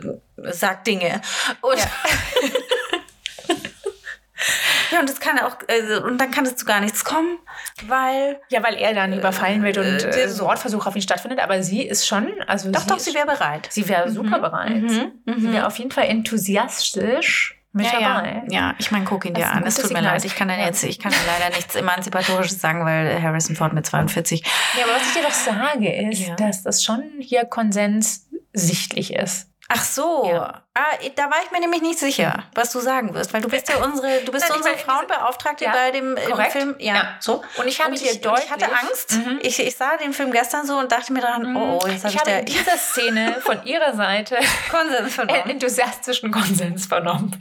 C: sagt Dinge. Und [LAUGHS] ja. und das kann auch, äh, und dann kann es zu gar nichts kommen, weil
B: Ja, weil er dann überfallen wird und
C: äh,
B: äh, Mordversuch auf ihn stattfindet. Aber sie ist schon, also
C: doch, doch,
B: ist-
C: sie wäre bereit.
B: sie wäre super bereit.
C: Mhm.
B: Sie
C: Mhm.
B: wäre auf jeden Fall enthusiastisch mit
C: Ja,
B: dabei.
C: ja. ja, ich meine, guck ihn
B: Das
C: dir
B: ist ein
C: an. Es
B: gutes
C: tut mir
B: Signal.
C: leid, ich kann dann
B: Ja.
C: jetzt, ich kann dann leider nichts Emanzipatorisches sagen, weil Harrison Ford mit 42.
B: Ja, aber was ich dir doch sage, ist,
C: Ja.
B: dass das schon hier Konsens sichtlich ist.
C: Ach so,
B: Ja.
C: ah, da war ich mir nämlich nicht sicher, was du sagen wirst, weil du bist ja unsere, du bist
B: Nein, Äh, ich
C: unsere
B: meine,
C: Frauenbeauftragte
B: ja,
C: bei dem äh,
B: korrekt.
C: Film. Ja,
B: Ja.
C: so.
B: Und ich habe
C: und
B: hier
C: ich, und
B: deutlich-
C: ich hatte Angst.
B: Mhm.
C: Ich, ich sah den Film gestern so und dachte mir dran, oh, oh jetzt
B: ich
C: habe ich
B: habe in
C: der
B: dieser Szene von ihrer [LAUGHS] Seite
C: [LAUGHS] Konsens
B: einen
C: verloren.
B: enthusiastischen Konsens vernommen.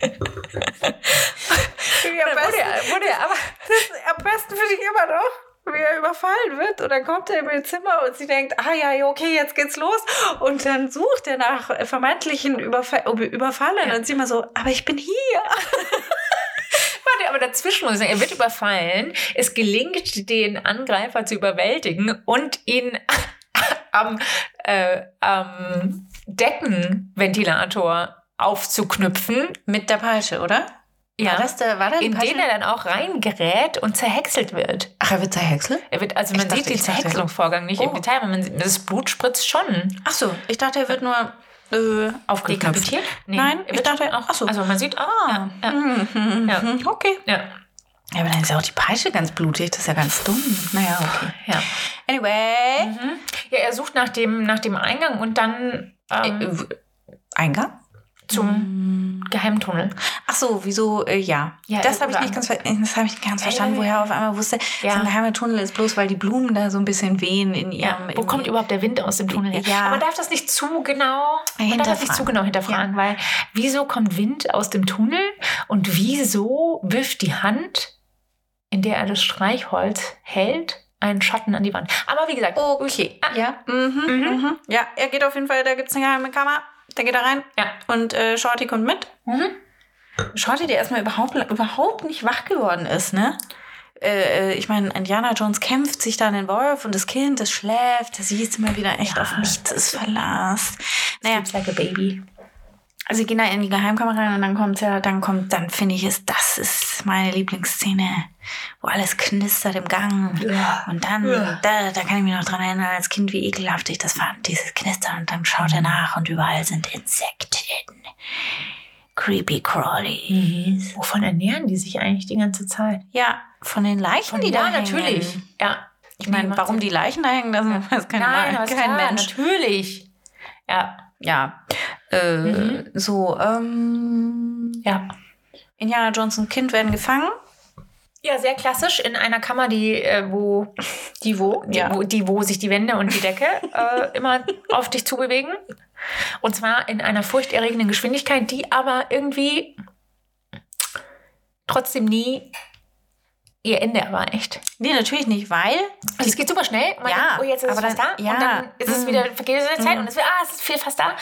C: Wie am,
B: Wurde
C: besten,
B: er, wurde er aber
C: am besten finde ich immer noch, wie er überfallen wird und dann kommt er in ihr Zimmer und sie denkt, ah ja, ja, okay, jetzt geht's los und dann sucht er nach äh, vermeintlichen Überfall, Überfallen und sie immer so, aber ich bin hier.
B: Warte, aber dazwischen muss ich sagen, er wird überfallen. Es gelingt, den Angreifer zu überwältigen und ihn [LAUGHS] am, äh, am Deckenventilator aufzuknüpfen,
C: Mit der Peitsche, oder? Ja.
B: ja,
C: War das der, war da die
B: in den er dann auch reingerät und zerhäckselt wird.
C: Ach, er wird zerhäckselt?
B: Er wird also
C: Ich
B: man
C: dachte,
B: sieht den
C: ich dachte-
B: Zerhäckselungsvorgang nicht im
C: Oh.
B: Detail, aber man sieht, das Blut spritzt schon.
C: Ach so, ich dachte, er wird nur äh, aufgeknüpft.
B: Dekapitiert? Nee,
C: Nein,
B: er
C: ich
B: wird
C: dachte-
B: auch.
C: ach so.
B: Also man sieht auch.
C: Ah,
B: Ja, ja,
C: Mhm,
B: Ja.
C: mhm, okay.
B: ja,
C: Ja, aber dann ist ja auch die Peitsche ganz blutig, das ist ja ganz dumm. Naja, okay.
B: ja.
C: Anyway.
B: Mhm. ja, er sucht nach dem, nach dem Eingang und dann ähm,
C: Äh, w- Eingang?
B: zum Geheimtunnel.
C: Ach so, wieso, äh, ja.
B: Ja,
C: das habe ich
B: oder
C: nicht ganz, ver äh, das hab ich nicht ganz
B: Ja, ja,
C: verstanden,
B: ja.
C: woher er auf einmal wusste,
B: Ja.
C: so ein geheimer Tunnel ist bloß, weil die Blumen da so ein bisschen wehen in ihrem...
B: Ja, wo
C: in
B: kommt überhaupt der Wind aus dem Tunnel her?
C: Ja.
B: Aber man darf das nicht zu genau, man darf das nicht
C: Hinterfragen.
B: zu genau hinterfragen, weil wieso kommt Wind aus dem Tunnel und wieso wirft die Hand, in der er das Streichholz hält, einen Schatten an die Wand? Aber wie gesagt,
C: Okay.
B: Ah.
C: Ja. Mhm. Mhm.
B: Mhm.
C: Ja, er geht auf jeden Fall, da gibt es eine geheime Kammer. Da geht er rein.
B: Ja. Mhm.
C: Und äh, Shorty kommt mit. Shorty, der erstmal überhaupt, überhaupt nicht wach geworden ist, ne? Äh, äh, ich meine, Indiana Jones kämpft sich da in den Wolf und das Kind, das schläft. Sie ist immer wieder echt
B: Ja.
C: auf nichts ist Verlass. Naja,
B: It's like a baby.
C: also sie gehen da in die Geheimkammer rein und dann kommt ja, dann kommt, dann finde ich es, das ist meine Lieblingsszene, wo alles knistert im Gang. Und dann,
B: Ja.
C: da, da kann ich mich noch dran erinnern, als Kind, wie ekelhaft ich das fand, dieses Knistern. Und dann schaut er nach und überall sind Insekten. Creepy Crawly.
B: Wovon ernähren die sich eigentlich die ganze Zeit?
C: Ja, von den Leichen, die da hängen.
B: Ja.
C: Ich meine, warum die [LAUGHS] Leichen da hängen, das weiß kein,
B: Nein,
C: Ma-
B: aber
C: kein
B: kein klar,
C: Mensch.
B: Mensch. Natürlich. Ja,
C: Ja, äh,
B: Mhm.
C: so, ähm,
B: ja.
C: Indiana Jones und Kind werden gefangen.
B: Ja, sehr klassisch in einer Kammer, die äh, wo die wo, die,
C: Ja.
B: wo die wo sich die Wände und die Decke äh, immer auf dich zubewegen. Und zwar in einer furchterregenden Geschwindigkeit, die aber irgendwie trotzdem nie ihr Ende erreicht.
C: Nee, natürlich nicht, weil
B: Also es geht super schnell. Man
C: Ja,
B: denkt, oh, jetzt ist es
C: aber
B: fast
C: dann-
B: da.
C: ja.
B: Und dann Mhm. ist es
C: Mm.
B: wieder, vergeht es in der Zeit und es wird, ah, es ist viel fast da.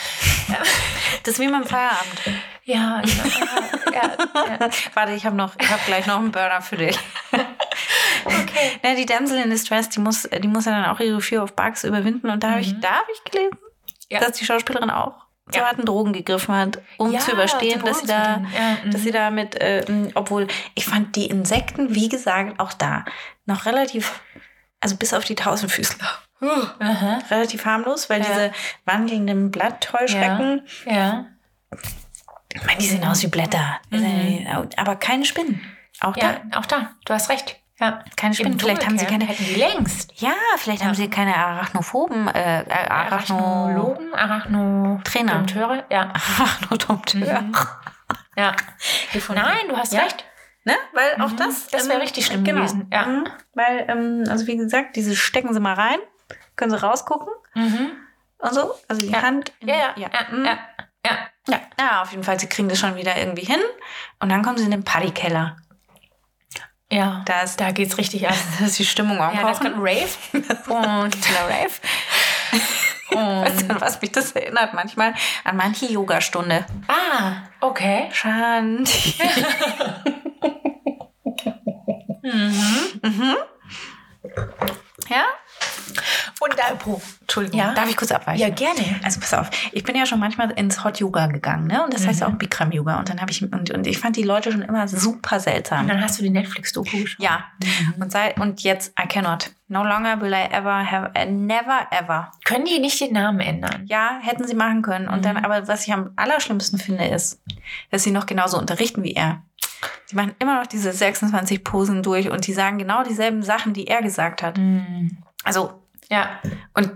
C: das ist wie beim Feierabend.
B: Ja, genau. ja, [LAUGHS] ja, ja.
C: [LAUGHS] Warte, ich habe noch, ich habe gleich noch einen Burner für dich.
B: [LAUGHS] Okay.
C: [LAUGHS] Na, die Damsel in Distress, die muss, die muss ja dann auch ihre Fear of Bugs überwinden. Und da habe ich, da habe ich gelesen,
B: Mhm. Ja.
C: dass die Schauspielerin auch zu
B: Ja.
C: harten Drogen gegriffen hat, um
B: Ja,
C: zu überstehen,
B: die
C: dass sie da,
B: Wohnungsmittel. Ja, mhm.
C: dass sie da mit, äh, m, obwohl ich fand die Insekten, wie gesagt, auch da noch relativ, also bis auf die Tausendfüßler, huh,
B: Aha.
C: relativ harmlos, weil
B: Ja.
C: diese wandelnden Blattheuschrecken,
B: Ja.
C: ich meine, die sehen aus wie Blätter, aber keine Spinnen. Auch da
B: Mhm. Ja, auch da. Du hast recht. Ja.
C: keine
B: Ich bin,
C: Spinnen. Vielleicht haben sie keine
B: hätten die längst.
C: Ja, vielleicht haben sie keine Arachnophoben, äh, Arachno...
B: Arachnologen, Arachno
C: Trainer.
B: Dompteure, ja. Mhm.
C: Arachnodompteur.
B: ja. Nein, du hast
C: Ja.
B: recht.
C: Ne? Weil auch
B: Mhm.
C: das... ähm, äh,
B: Das wäre richtig schlimm gewesen, ja.
C: Mhm. Weil, ähm, also wie gesagt, diese stecken sie mal rein, können sie rausgucken
B: Mhm.
C: und so. Also die
B: Ja.
C: Hand. in-
B: Ja, ja,
C: ja.
B: ja, ja,
C: Mhm.
B: ja, ja.
C: Ja, na, auf jeden Fall, sie kriegen das schon wieder irgendwie hin. Und dann kommen sie in den Partykeller.
B: ja.
C: Da ist,
B: Da geht's richtig [LAUGHS] ab.
C: das [LAUGHS] ist die Stimmung am
B: Ja, das kommt ein
C: Kochen.
B: Rave. [LAUGHS] Und
C: Killer
B: [LAUGHS]
C: Rave. Weißt du, an was mich das erinnert manchmal? An manche Yogastunde.
B: ah, okay.
C: Shanti. mhm. Ja?
B: Und da,
C: Entschuldigung,
B: Ja?
C: darf ich kurz abweichen?
B: ja, gerne.
C: Also pass auf, ich bin ja schon manchmal ins Hot Yoga gegangen, ne? Und das heißt ja auch Bikram Yoga. Und dann habe ich und, und ich fand die Leute schon immer super seltsam.
B: Und dann hast du die Netflix-Doku geschaut.
C: Ja. Und seit und jetzt I cannot. No longer will I ever have äh, never ever.
B: Können die nicht den Namen ändern?
C: Ja, hätten sie machen können. Und
B: Mhm.
C: dann, aber was ich am allerschlimmsten finde, ist, dass sie noch genauso unterrichten wie er. Sie machen immer noch diese 26 Posen durch und die sagen genau dieselben Sachen, die er gesagt hat.
B: Mhm.
C: Also,
B: Ja,
C: und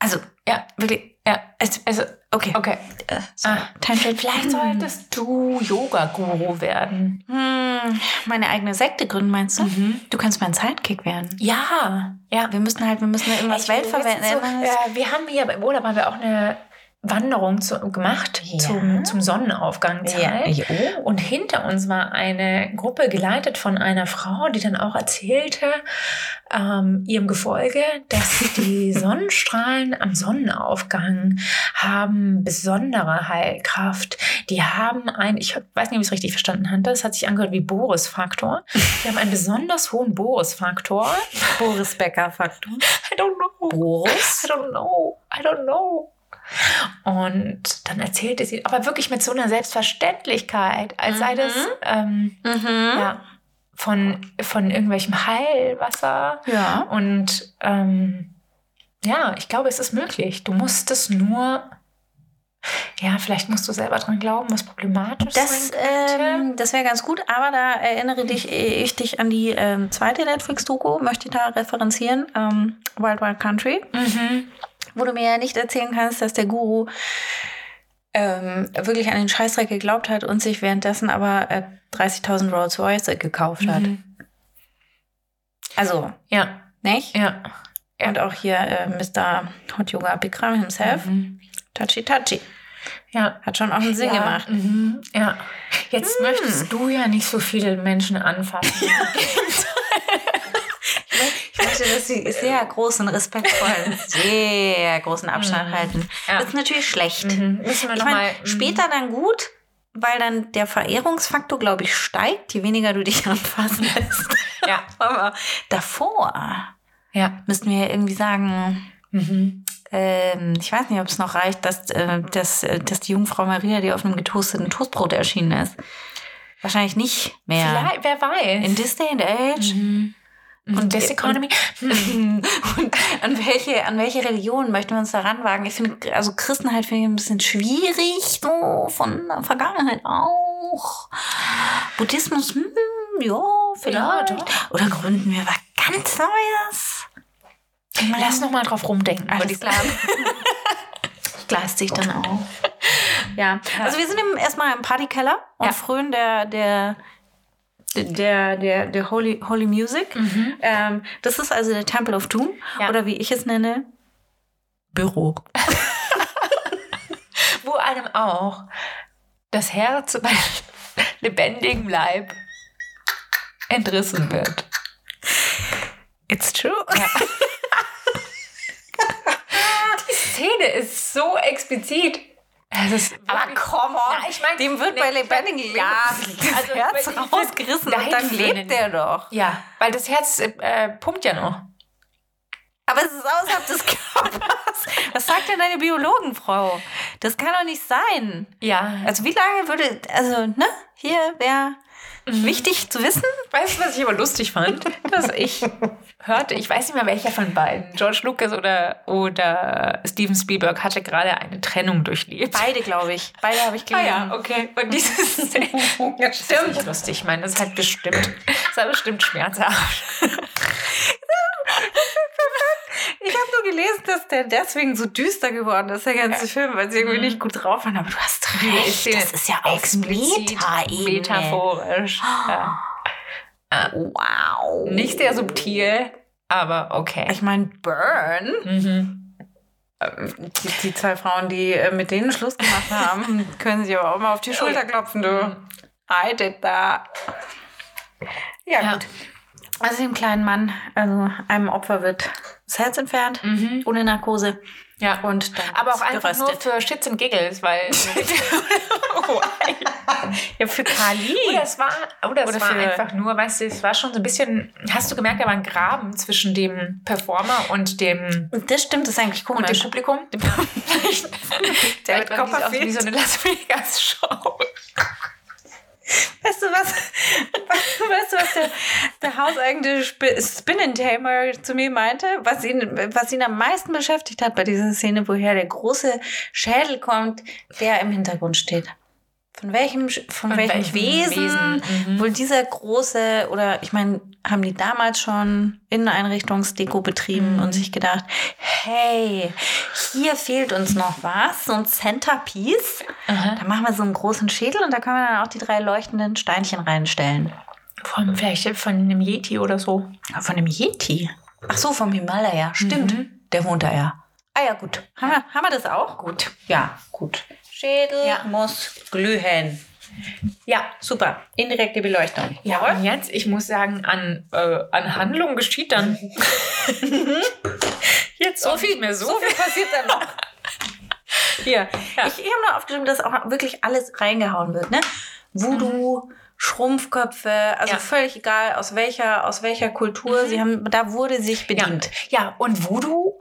C: also,
B: ja,
C: wirklich,
B: ja.
C: es,
B: Also,
C: okay.
B: okay.
C: Äh, so.
B: Ah, vielleicht solltest du Yoga-Guru werden.
C: Hm, meine eigene Sekte gründen, meinst du? Du kannst mein Sidekick werden.
B: Ja, Mhm. ja.
C: Wir müssen halt, wir müssen irgendwas
B: Ich will wissen, So,
C: weltverwenden.
B: äh, wir haben hier im Urlaub haben wir auch eine Wanderung zu, gemacht
C: Ja.
B: zum, zum Sonnenaufgang.
C: ja. Oh.
B: Und hinter uns war eine Gruppe geleitet von einer Frau, die dann auch erzählte ähm, ihrem Gefolge, dass die Sonnenstrahlen am Sonnenaufgang haben besondere Heilkraft. Die haben ein, ich hab- weiß nicht, ob ich es richtig verstanden hatte, es hat sich angehört wie Boris-Faktor. Die haben einen besonders hohen Boris-Faktor.
C: Boris Becker-Faktor.
B: I don't know.
C: Boris?
B: I don't know. I don't know. Und dann erzählte sie, aber wirklich mit so einer Selbstverständlichkeit, als sei das
C: Mhm.
B: ähm,
C: Mhm.
B: ja, von, von irgendwelchem Heilwasser.
C: Ja.
B: Und ähm, ja, ich glaube, es ist möglich. Du musst es nur, ja, vielleicht musst du selber dran glauben, was problematisch
C: Das,
B: sein könnte.
C: ähm, das wäre ganz gut, aber da erinnere
B: Mhm.
C: dich, äh, ich dich an die ähm, zweite Netflix-Doku, möchte da referenzieren, ähm, Wild Wild Country,
B: mhm.
C: wo du mir ja nicht erzählen kannst, dass der Guru ähm, wirklich an den Scheißdreck geglaubt hat und sich währenddessen aber äh, 30.000 Rolls Royce gekauft hat.
B: Mhm.
C: Also,
B: Ja,
C: nicht?
B: ja. ja.
C: Und auch hier äh, Mr. Hot Yoga Bikram himself,
B: Mhm.
C: Tachi Tachi,
B: Ja,
C: hat schon auch einen Sinn
B: ja.
C: gemacht. Mhm.
B: Mhm. Ja. Jetzt möchtest du ja nicht so viele
C: [LAUGHS]
B: Menschen anfassen.
C: Ich möchte, dass sie sehr großen,
B: [LAUGHS]
C: respektvollen, sehr großen Abstand
B: Mhm.
C: halten.
B: Ja.
C: Das ist natürlich schlecht.
B: Mhm. Müssen wir
C: Ich
B: nochmal.
C: meine, später dann gut, weil dann der Verehrungsfaktor, glaube ich, steigt, je weniger du dich [LAUGHS] anfassen lässt.
B: Ja.
C: Aber davor
B: Ja.
C: müssten wir irgendwie sagen,
B: Mhm.
C: ähm, ich weiß nicht, ob es noch reicht, dass, äh, dass, äh, dass die Jungfrau Maria, die auf einem getoasteten Toastbrot erschienen ist. Wahrscheinlich nicht mehr.
B: Vielleicht, wer weiß.
C: In this day and age.
B: Mhm. Und this
C: Und-
B: economy. Mhm.
C: [LAUGHS] Und an welche, an welche Religion möchten wir uns da ranwagen? Ich finde, also Christenheit finde ich ein bisschen schwierig, so von der Vergangenheit auch. Buddhismus, hm, ja, vielleicht.
B: Ja, doch.
C: Oder gründen wir was ganz Neues?
B: Lass noch mal drauf rumdenken. würde
C: Alles
B: ich
C: klar.
B: sagen.
C: [LAUGHS] Gleist sich dann auch. Ja, also wir sind im, erstmal im Partykeller und
B: Ja.
C: frönen der, der, der, der, der Holy, Holy Music.
B: Mhm.
C: Ähm, das ist also der Temple of Doom
B: Ja.
C: oder wie ich es nenne, Büro.
B: Wo einem auch das Herz [LAUGHS] bei lebendigem Leib entrissen wird.
C: It's true.
B: Die Szene ist so explizit. Es ist
C: [LAUGHS] Aber
B: wirklich-
C: come on,
B: Ja, ich mein,
C: dem wird
B: nee,
C: bei lebendigem
B: ja,
C: das
B: also,
C: Herz
B: ich mein, ich würd
C: rausgerissen und
B: dahin
C: dann lebt
B: föhnen.
C: der doch.
B: Ja, weil das Herz äh, äh, pumpt ja noch.
C: Aber es ist außerhalb des [LAUGHS] Körpers. Was sagt denn deine Biologenfrau? Das kann doch nicht sein.
B: Ja.
C: Also wie lange würde, also ne, hier wäre Mhm. wichtig zu wissen.
B: Weißt du, was ich aber lustig [LAUGHS] fand? Dass ich hörte, ich weiß nicht mehr welcher von beiden, George Lucas oder, oder Steven Spielberg, hatte gerade eine Trennung durchlebt.
C: Beide, glaube ich. Beide habe ich
B: Ah
C: gelesen.
B: ja, okay. Und dieses [LAUGHS] ja, stimmt. Das ist lustig, ich meine, das ist halt bestimmt, das war bestimmt schmerzhaft.
C: Ich habe nur gelesen, dass der deswegen so düster geworden ist, der ganze Film, weil sie irgendwie nicht gut drauf waren. Aber du hast recht.
B: Szene
C: Mhm. Das ist ja auf Meta-Ebene.
B: metaphorisch. Ja.
C: Wow.
B: Nicht sehr subtil, aber okay.
C: Ich meine, Burn. Ähm,
B: Mhm.
C: Die, die zwei Frauen, die äh, mit denen Schluss gemacht haben, [LAUGHS] können sich aber auch mal auf die Schulter klopfen,
B: Mhm.
C: du. I did that. Ja,
B: Ja.
C: gut. Also dem kleinen Mann, also einem Opfer wird das Herz entfernt, ohne Narkose.
B: Mhm. Ja.
C: Und dann
B: Aber auch
C: wird's
B: einfach nur
C: geröstet.
B: für Shits und Giggles, [LAUGHS] weil Oh,
C: ja, für Kali.
B: Oder es war, oder es
C: Oder
B: war
C: für-
B: einfach nur, weißt du, es war schon so ein bisschen, hast du gemerkt, da war ein Graben zwischen dem Performer und dem,
C: Das stimmt, das ist eigentlich
B: und dem
C: komisch.
B: Publikum. [LAUGHS]
C: David
B: Vielleicht war dies auch wie
C: Copperfield.
B: so eine Las Vegas-Show.
C: Weißt du was? [LAUGHS] Weißt du, was der, der hauseigene Sp- Spinnentamer zu mir meinte? Was ihn, was ihn am meisten beschäftigt hat bei dieser Szene, woher der große Schädel kommt, der im Hintergrund steht. Von welchem, Sch- von
B: Von
C: welchem,
B: welchem
C: Wesen,
B: Wesen? Mhm.
C: wohl dieser große, oder ich meine, haben die damals schon Inneneinrichtungsdeko betrieben
B: Mhm.
C: und sich gedacht, hey, hier fehlt uns noch was, so ein Centerpiece. Da machen wir so einen großen Schädel und da können wir dann auch die drei leuchtenden Steinchen reinstellen.
B: Von, vielleicht von einem Yeti oder so.
C: Ah, Von dem Yeti. Ach so, vom Himalaya. Stimmt. Der wohnt da ja. Ah Mhm. ja, gut. Haben, Wir, haben wir das auch? Gut. Ja, gut. Schädel
B: Ja.
C: muss glühen.
B: Ja.
C: Super. Indirekte Beleuchtung.
B: Ja, und jetzt, ich muss sagen, an, äh, an Handlung geschieht [LAUGHS] dann
C: Jetzt
B: so viel mehr so.
C: So viel passiert dann noch.
B: Hier. [LAUGHS] Ja.
C: Ich, ich habe nur aufgeschrieben, dass auch wirklich alles reingehauen wird, ne? Voodoo, Schrumpfköpfe, also
B: Ja.
C: völlig egal aus welcher, aus welcher Kultur. Sie haben, da wurde sich
B: ja.
C: bedient.
B: ja, und Voodoo,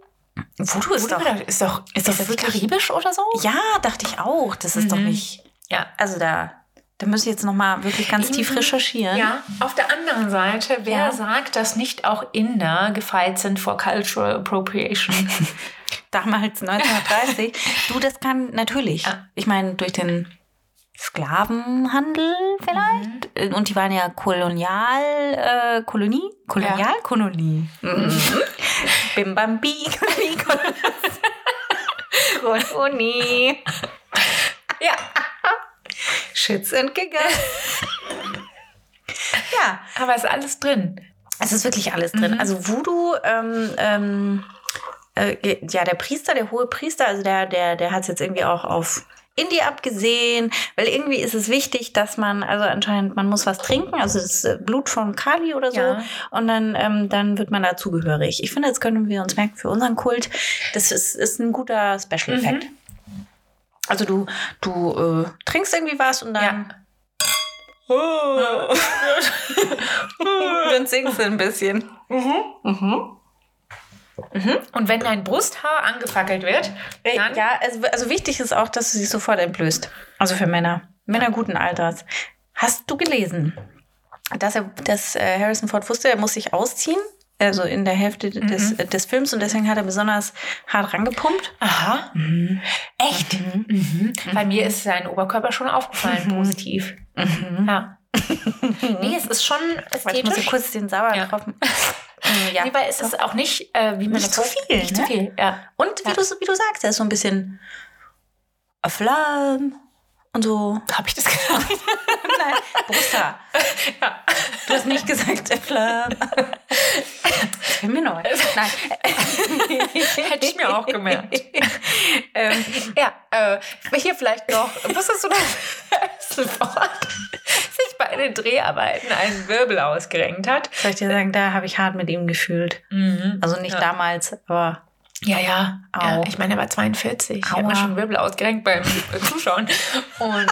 C: Voodoo ist doch.
B: Voodoo ist doch, ist doch,
C: Ist das
B: wirklich karibisch oder so?
C: Ja, dachte ich auch. Das ist
B: Mhm.
C: doch nicht.
B: Ja.
C: Also da, da muss ich jetzt noch mal wirklich ganz tief
B: Mhm.
C: recherchieren.
B: Ja, auf der anderen Seite, wer
C: Ja.
B: sagt, dass nicht auch Inder gefeit sind vor Cultural Appropriation?
C: Damals 1930. du, das kann natürlich.
B: Ja.
C: Ich meine durch den Sklavenhandel vielleicht Äh, und die waren ja kolonial äh, Kolonie kolonial Kolonie. Mhm. [LAUGHS] Bim bam bi Kolonie Kolonie. Kolonie.
B: [LAUGHS] ja.
C: Shits entgegangen. ja.
B: Aber ist alles drin.
C: Es ist wirklich alles drin.
B: Mhm.
C: Also Voodoo, ähm, ähm, äh, ja, der Priester, der hohe Priester, also der, der, der hat es jetzt irgendwie auch auf Indie abgesehen, weil irgendwie ist es wichtig, dass man, also anscheinend, man muss was trinken, also das äh, Blut von Kali oder so,
B: Ja.
C: und dann, ähm, dann wird man dazugehörig. Ich finde, das können wir uns merken für unseren Kult. Das ist, ist ein guter
B: Mhm.
C: Special Effekt. Also du, du äh, trinkst irgendwie was und dann [LAUGHS]
B: Oh.
C: dann singst du ein bisschen.
B: Und wenn dein Brusthaar angefackelt wird,
C: Äh,
B: dann
C: Ja, also, also wichtig ist auch, dass du dich sofort entblößt. Also für Männer. Männer guten Alters. Hast du gelesen, dass, er, dass äh, Harrison Ford wusste, er muss sich ausziehen? Also in der Hälfte des,
B: Mhm.
C: äh, des Films und deswegen hat er besonders hart rangepumpt.
B: Aha. Echt? Mhm. Bei mir ist sein Oberkörper schon aufgefallen, positiv. Ja. Mhm. [LAUGHS] nee, es ist schon
C: Weil ich muss
B: ästhetisch.
C: so kurz den Sauer
B: Ja. [LAUGHS]
C: tropfen. Mm, ja.
B: Nee, weil es ist auch nicht, äh, wie man
C: Nicht
B: das-
C: zu viel, ne?
B: Nicht zu viel, ja.
C: Und wie,
B: Ja.
C: du, wie du sagst, er ist so ein bisschen Flamme und so.
B: Habe ich das [LAUGHS] genau? gesagt?
C: Nein, [LAUGHS] Brusthaar. Du hast nicht gesagt, Flamme. Das wäre mir neu. [LAUGHS] Nein.
B: Hätte ich mir auch [LAUGHS] gemerkt.
C: ähm,
B: Ja, äh, hier vielleicht noch. Wusstest du, [LAUGHS] dass Hasselhoff sich bei den Dreharbeiten einen Wirbel ausgerenkt hat?
C: soll ich dir sagen, da habe ich hart mit ihm gefühlt. Also nicht
B: Ja.
C: damals, aber
B: Ja, ja. Mhm. ja
C: Au.
B: ich meine, er war 42. Ich habe
C: Aua.
B: mir schon Wirbel ausgerenkt [LAUGHS] beim äh, Zuschauen. Und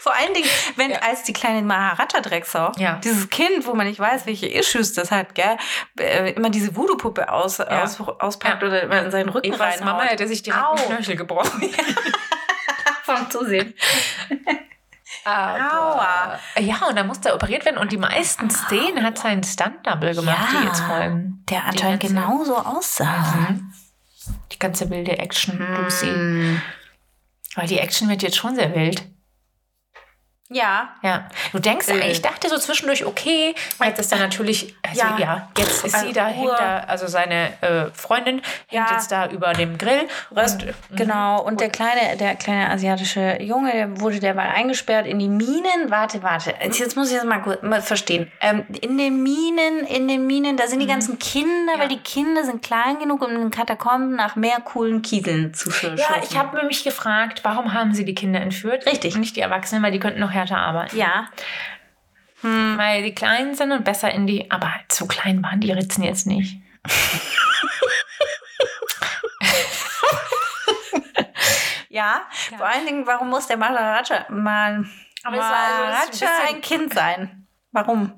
C: vor allen Dingen, wenn
B: Ja.
C: als die kleine Maharaja-Drecksau,
B: Ja.
C: dieses Kind, wo man nicht weiß, welche Issues das hat, gell, äh, immer diese Voodoo-Puppe aus, aus, auspackt
B: Ja.
C: oder immer in seinen Rücken
B: Evas
C: reinhaut.
B: Mama hätte sich direkt
C: Au.
B: den Knöchel [LAUGHS] gebrochen.
C: vom Zusehen.
B: Aber- Ja, und dann musste er operiert werden. Und die meisten Szenen hat sein Stunt-Double gemacht,
C: Ja.
B: die jetzt folgen.
C: Der
B: Die
C: anscheinend
B: ganze-
C: genauso aussah.
B: Die ganze wilde Hm.
C: Mhm.
B: Action, Lucy. Weil die Action wird jetzt schon sehr wild.
C: Ja.
B: Ja. Du denkst,
C: Äh.
B: ich dachte so zwischendurch, okay, jetzt ist da natürlich, also,
C: Ja.
B: ja. jetzt ist
C: Also
B: sie da
C: Uhr.
B: hinter, also seine äh, Freundin hängt
C: Ja.
B: jetzt da über dem Grill. äh,
C: Röst, genau. Und der kleine, der kleine asiatische Junge, der wurde derweil eingesperrt in die Minen. Warte, warte. Jetzt, jetzt muss ich das mal kurz mal verstehen. Ähm, in den Minen, in den Minen, da sind die ganzen Kinder, weil die Kinder sind klein genug, um in Katakomben nach mehr coolen Kieseln zu sch- schürfen.
B: Ja, ich habe mich gefragt, warum haben sie die Kinder entführt?
C: Richtig.
B: Und nicht die Erwachsenen, weil die könnten noch härter arbeiten.
C: Ja.
B: Weil die klein sind und besser in die. Aber so klein waren die Ritzen jetzt nicht.
C: Ja. Vor allen Dingen, warum muss der Maharaja mal
B: Aber es war also- es ist ein
C: Maharaja
B: bisschen-
C: ein Kind sein? Warum?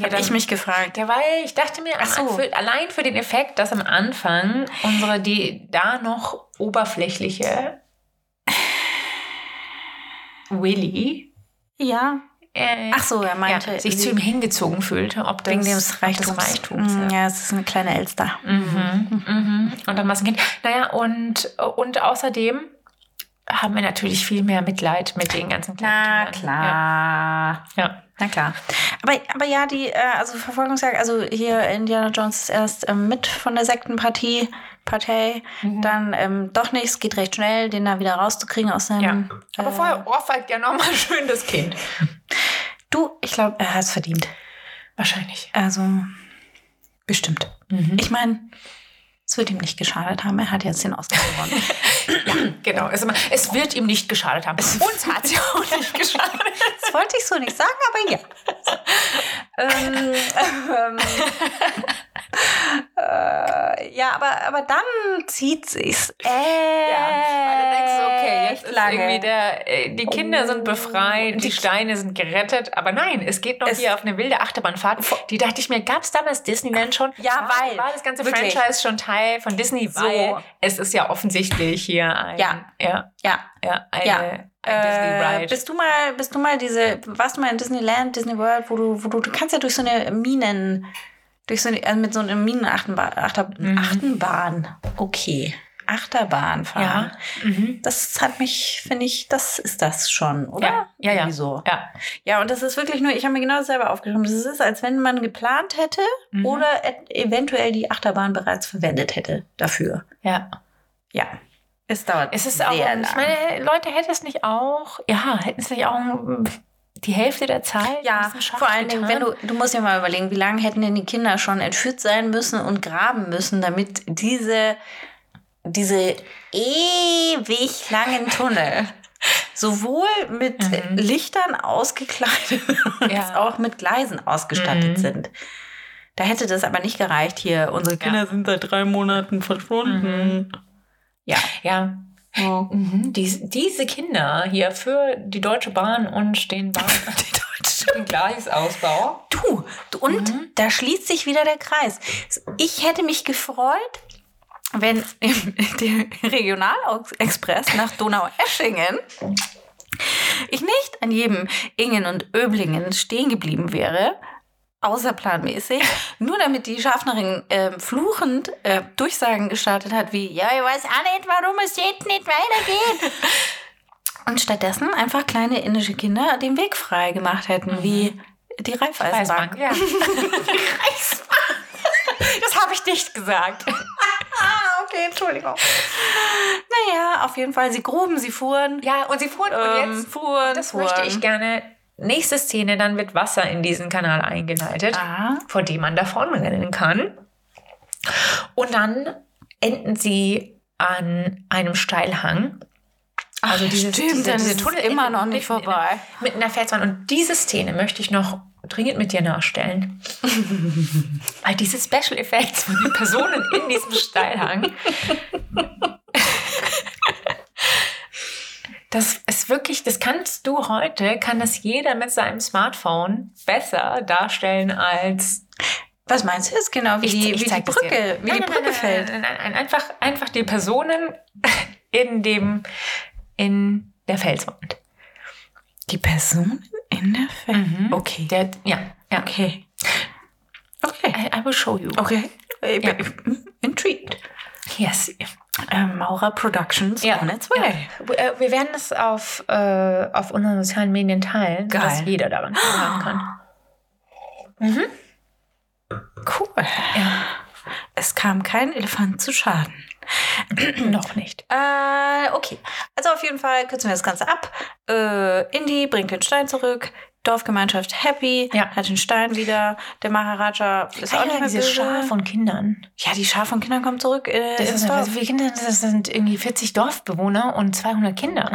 C: Hab
B: dann-
C: ich mich gefragt.
B: Ja, weil ich dachte mir,
C: Ach so.
B: für, allein für den Effekt, dass am Anfang unsere, die da noch oberflächliche Willy
C: Ja.
B: äh,
C: Ach so, er
B: ja,
C: meinte.
B: sich
C: sie-
B: zu ihm hingezogen fühlte, ob das,
C: Wegen
B: ob
C: des Reichtums.
B: Des Reichtums ja.
C: Mm, ja, es ist eine kleine Elster.
B: Mhm. Mhm. Und dann war es ein Kind. Naja, und, und außerdem haben wir natürlich viel mehr Mitleid mit den ganzen kleinen Kindern. Ja. ja.
C: Na klar. Aber, aber ja, die, äh, also Verfolgungsjagd, also hier Indiana Jones ist erst ähm, mit von der Sektenpartie, Partei,
B: Mhm.
C: dann ähm, doch nichts, geht recht schnell, den da wieder rauszukriegen aus seinem.
B: Ja. Aber
C: äh,
B: vorher ohrfeigt ja nochmal schön das Kind.
C: Du, ich glaube, er hat es verdient.
B: Wahrscheinlich.
C: Also, bestimmt.
B: Mhm.
C: Ich meine, es wird ihm nicht geschadet haben, er hat jetzt den Oscar gewonnen.
B: Genau. Es, ist immer- es wird ihm nicht geschadet haben. Uns hat es ja auch
C: [LAUGHS]
B: nicht geschadet.
C: Das wollte ich so nicht sagen, aber ja. ähm, ähm, äh, ja, aber, aber dann zieht sich's echt lange. Oh.
B: der, äh, die Kinder sind befreit, die Steine sind gerettet. Aber nein, es geht noch
C: Es-
B: hier auf eine wilde Achterbahnfahrt. Die dachte ich mir, gab es damals Disneyland schon?
C: Ja,
B: war,
C: weil.
B: War das ganze
C: Wirklich.
B: Franchise schon Teil von Disney?
C: So.
B: Weil es ist ja offensichtlich hier ein,
C: Ja.
B: ja,
C: ja.
B: ja, eine,
C: Ja.
B: ein
C: Äh,
B: Disney-Ride.
C: bist du mal, bist du mal diese, warst du mal in Disneyland, Disney World, wo du, wo du, du kannst ja durch so eine Minen, durch so eine, also mit so einer Minenachterbahn, Achter,
B: Mhm.
C: Achtenbahn. Okay. Achterbahn fahren.
B: Mhm.
C: Das hat mich, finde ich, das ist das schon, oder?
B: Ja, ja, ja.
C: Irgendwie so.
B: Ja.
C: Ja, und das ist wirklich nur, ich habe mir genau selber aufgeschrieben, das ist, als wenn man geplant hätte
B: Mhm.
C: oder et- eventuell die Achterbahn bereits verwendet hätte dafür.
B: ja.
C: Ja. Es dauert.
B: Es ist auch,
C: sehr
B: ich
C: lang.
B: meine, Leute hätten es nicht auch, ja, hätten es nicht auch mm, die Hälfte der Zeit. in
C: Ja,
B: diesem Schacht
C: vor allen Dingen, wenn
B: getan?
C: du, du musst ja mal überlegen, wie lange hätten denn die Kinder schon entführt sein müssen und graben müssen, damit diese, diese ewig langen
B: [LAUGHS]
C: Tunnel sowohl mit
B: Mhm.
C: Lichtern ausgekleidet als
B: Ja.
C: auch mit Gleisen ausgestattet
B: Mhm.
C: sind. Da hätte das aber nicht gereicht hier. Unsere Kinder sind seit drei Monaten
B: Mhm.
C: verschwunden. Ja.
B: Ja. Mhm. Dies, diese Kinder hier für die Deutsche Bahn und den Bahn,
C: [LAUGHS]
B: den Gleisausbau.
C: Du, du- und
B: Mhm.
C: da schließt sich wieder der Kreis. Ich hätte mich gefreut, wenn der Regionalexpress nach Donaueschingen ich nicht an jedem Ingen und Öblingen stehen geblieben wäre, außerplanmäßig, nur damit die Schaffnerin ähm, fluchend äh, Durchsagen gestartet hat, wie, ja, ich weiß auch nicht, warum es jetzt nicht weitergeht. Und stattdessen einfach kleine indische Kinder den Weg frei gemacht hätten,
B: Mhm.
C: wie die Raiffeisenbank.
B: Ja. Das habe ich nicht gesagt.
C: Ah, [LAUGHS] okay, Entschuldigung. Naja, auf jeden Fall, sie gruben, sie fuhren.
B: Ja, und sie fuhren
C: ähm,
B: und jetzt.
C: fuhren,
B: Das
C: fuhren.
B: möchte ich gerne. Nächste Szene, dann wird Wasser in diesen Kanal eingeleitet.
C: Ah,
B: vor dem man davonrennen kann. Und dann enden sie an einem Steilhang. Also dieses,
C: stimmt, dann ist es immer noch nicht
B: mitten in-
C: vorbei.
B: Mitten in der Felswand. Und diese Szene möchte ich noch dringend mit dir [LAUGHS] nachstellen. Weil diese Special Effects von den Personen in diesem Steilhang, [LAUGHS] das ist wirklich, das kannst du heute, kann das jeder mit seinem Smartphone besser darstellen als
C: was meinst du jetzt genau, wie die, wie die
B: zeig das dir.
C: Brücke, wie
B: Nein,
C: die
B: nein,
C: Brücke
B: nein,
C: fällt?
B: Nein, nein, nein, nein. Einfach, einfach die Personen [LAUGHS] in dem, in der Felswand.
C: Die Personen in der Feld.
B: Mhm.
C: Okay.
B: Der, ja, ja.
C: okay. Okay.
B: I, I will show you.
C: Okay. Ich
B: Ja.
C: bin intrigued.
B: Yes.
C: Äh, Maurer Productions
B: Ja.
C: on its way.
B: W- äh, Wir werden es auf, äh, auf unseren sozialen Medien teilen,
C: Geil.
B: dass jeder daran teilhaben
C: [GASPS]
B: kann.
C: Cool. Es kam kein Elefant zu Schaden.
B: Noch nicht.
C: Äh, okay. Also auf jeden Fall kürzen wir das Ganze ab. Äh, Indy bringt den Stein zurück. Dorfgemeinschaft happy,
B: Ja.
C: hat den Stein wieder. Der Maharaja ist
B: Ah
C: auch nicht mehr böse.
B: von Kindern.
C: Ja, die Schar von Kindern kommen zurück äh,
B: Das,
C: ins
B: ist,
C: Dorf.
B: also wie Kinder, das sind irgendwie 40 Dorfbewohner und 200 Kinder.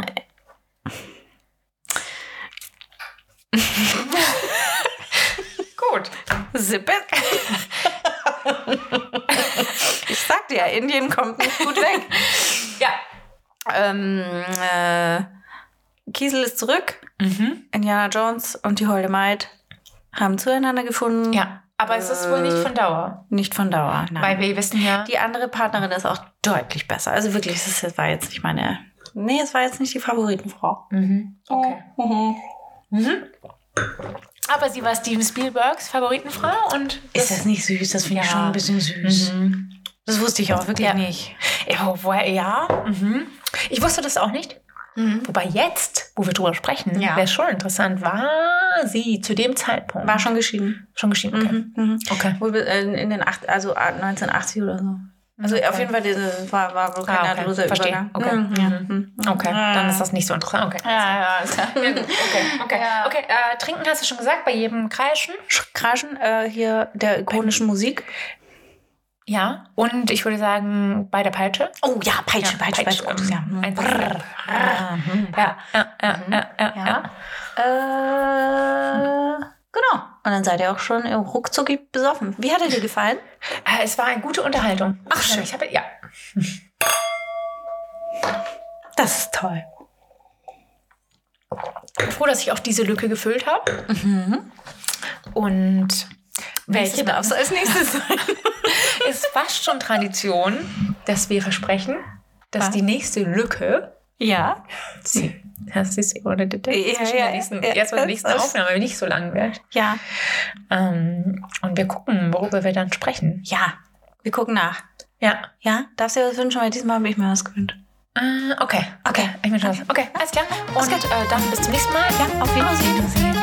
B: [LAUGHS] Gut.
C: Sippe.
B: [LAUGHS]
C: ich sag dir, Indien kommt nicht gut weg.
B: Ja.
C: ähm, äh, Kiesel ist zurück.
B: Mhm.
C: Indiana Jones und die Holde Maid haben zueinander gefunden.
B: Ja, aber es ist wohl nicht von Dauer.
C: Nicht von Dauer. Nein.
B: Weil wir wissen ja,
C: Äh, Die andere Partnerin ist auch deutlich besser. Also wirklich, das ist- war jetzt nicht meine. Nee, es war jetzt nicht die Favoritenfrau.
B: Mhm.
C: Oh.
B: Okay. Mhm. Aber sie war Steven Spielbergs Favoritenfrau und
C: Ist das nicht süß? Das finde ich
B: Ja.
C: schon ein bisschen süß.
B: Mhm.
C: Das wusste ich auch wirklich
B: Ja.
C: nicht.
B: Ja, woher- ja. Mhm. ich wusste das auch nicht.
C: Mhm.
B: Wobei jetzt, wo wir drüber sprechen,
C: Ja.
B: wäre es schon interessant, war sie zu dem Zeitpunkt
C: War schon geschieden.
B: schon geschieden. Okay.
C: Mhm. Mhm.
B: okay.
C: Wohl in in den acht, also ah, 1980 oder so. Also
B: Okay.
C: auf jeden Fall diese, war, war wohl kein
B: Ah, okay.
C: nahtloser
B: Verstehe.
C: Übergang.
B: Okay.
C: Mhm. Ja. Mhm.
B: Okay,
C: Ah.
B: dann ist das nicht so interessant. Okay.
C: Ja, ja, ist ja. [LAUGHS]
B: Ja, gut. [LAUGHS] Okay, okay.
C: Ah. Ja.
B: okay äh, trinken hast du schon gesagt, bei jedem Kreischen.
C: Kraschen äh, hier der ikonischen Musik.
B: Ja. Und ich würde sagen, bei der Peitsche.
C: Oh ja, Peitsche,
B: Ja,
C: Peitsche, Peitsche.
B: Peitsche.
C: Peitsche. Ja.
B: Ein-
C: Brrr. Mhm.
B: Ja, ja, ja, ja, ja, ja.
C: Ja. Äh, genau. Und dann seid ihr auch schon im ruckzuck besoffen. Wie hat er dir gefallen?
B: Äh, Es war eine gute Unterhaltung. Also
C: Ach, schön.
B: Ich habe, ja.
C: Das ist toll.
B: Froh, dass ich auch diese Lücke gefüllt habe. Und welche
C: Mhm. Welche darfst du als [LAUGHS] nächstes sein?
B: ist fast schon Tradition, dass wir versprechen, dass
C: Was?
B: die nächste Lücke.
C: ja.
B: Sie, hast du sie oder bitte?
C: Ja,
B: Zwischen
C: ja,
B: der nächsten,
C: ja,
B: erst bei der nächsten
C: das-
B: Aufnahme nicht so lang wird.
C: Ja.
B: Ähm, und wir gucken, worüber wir dann sprechen.
C: Ja. Wir gucken nach.
B: Ja.
C: Ja, darfst du dir was wünschen, weil diesmal habe ich mir was gewünscht.
B: Äh, okay. Okay. Ah, Ich bin schon. Okay, alles klar. Und
C: gut.
B: äh, dann bis zum nächsten Mal.
C: Ja, auf Wiedersehen.
B: Auf Wiedersehen.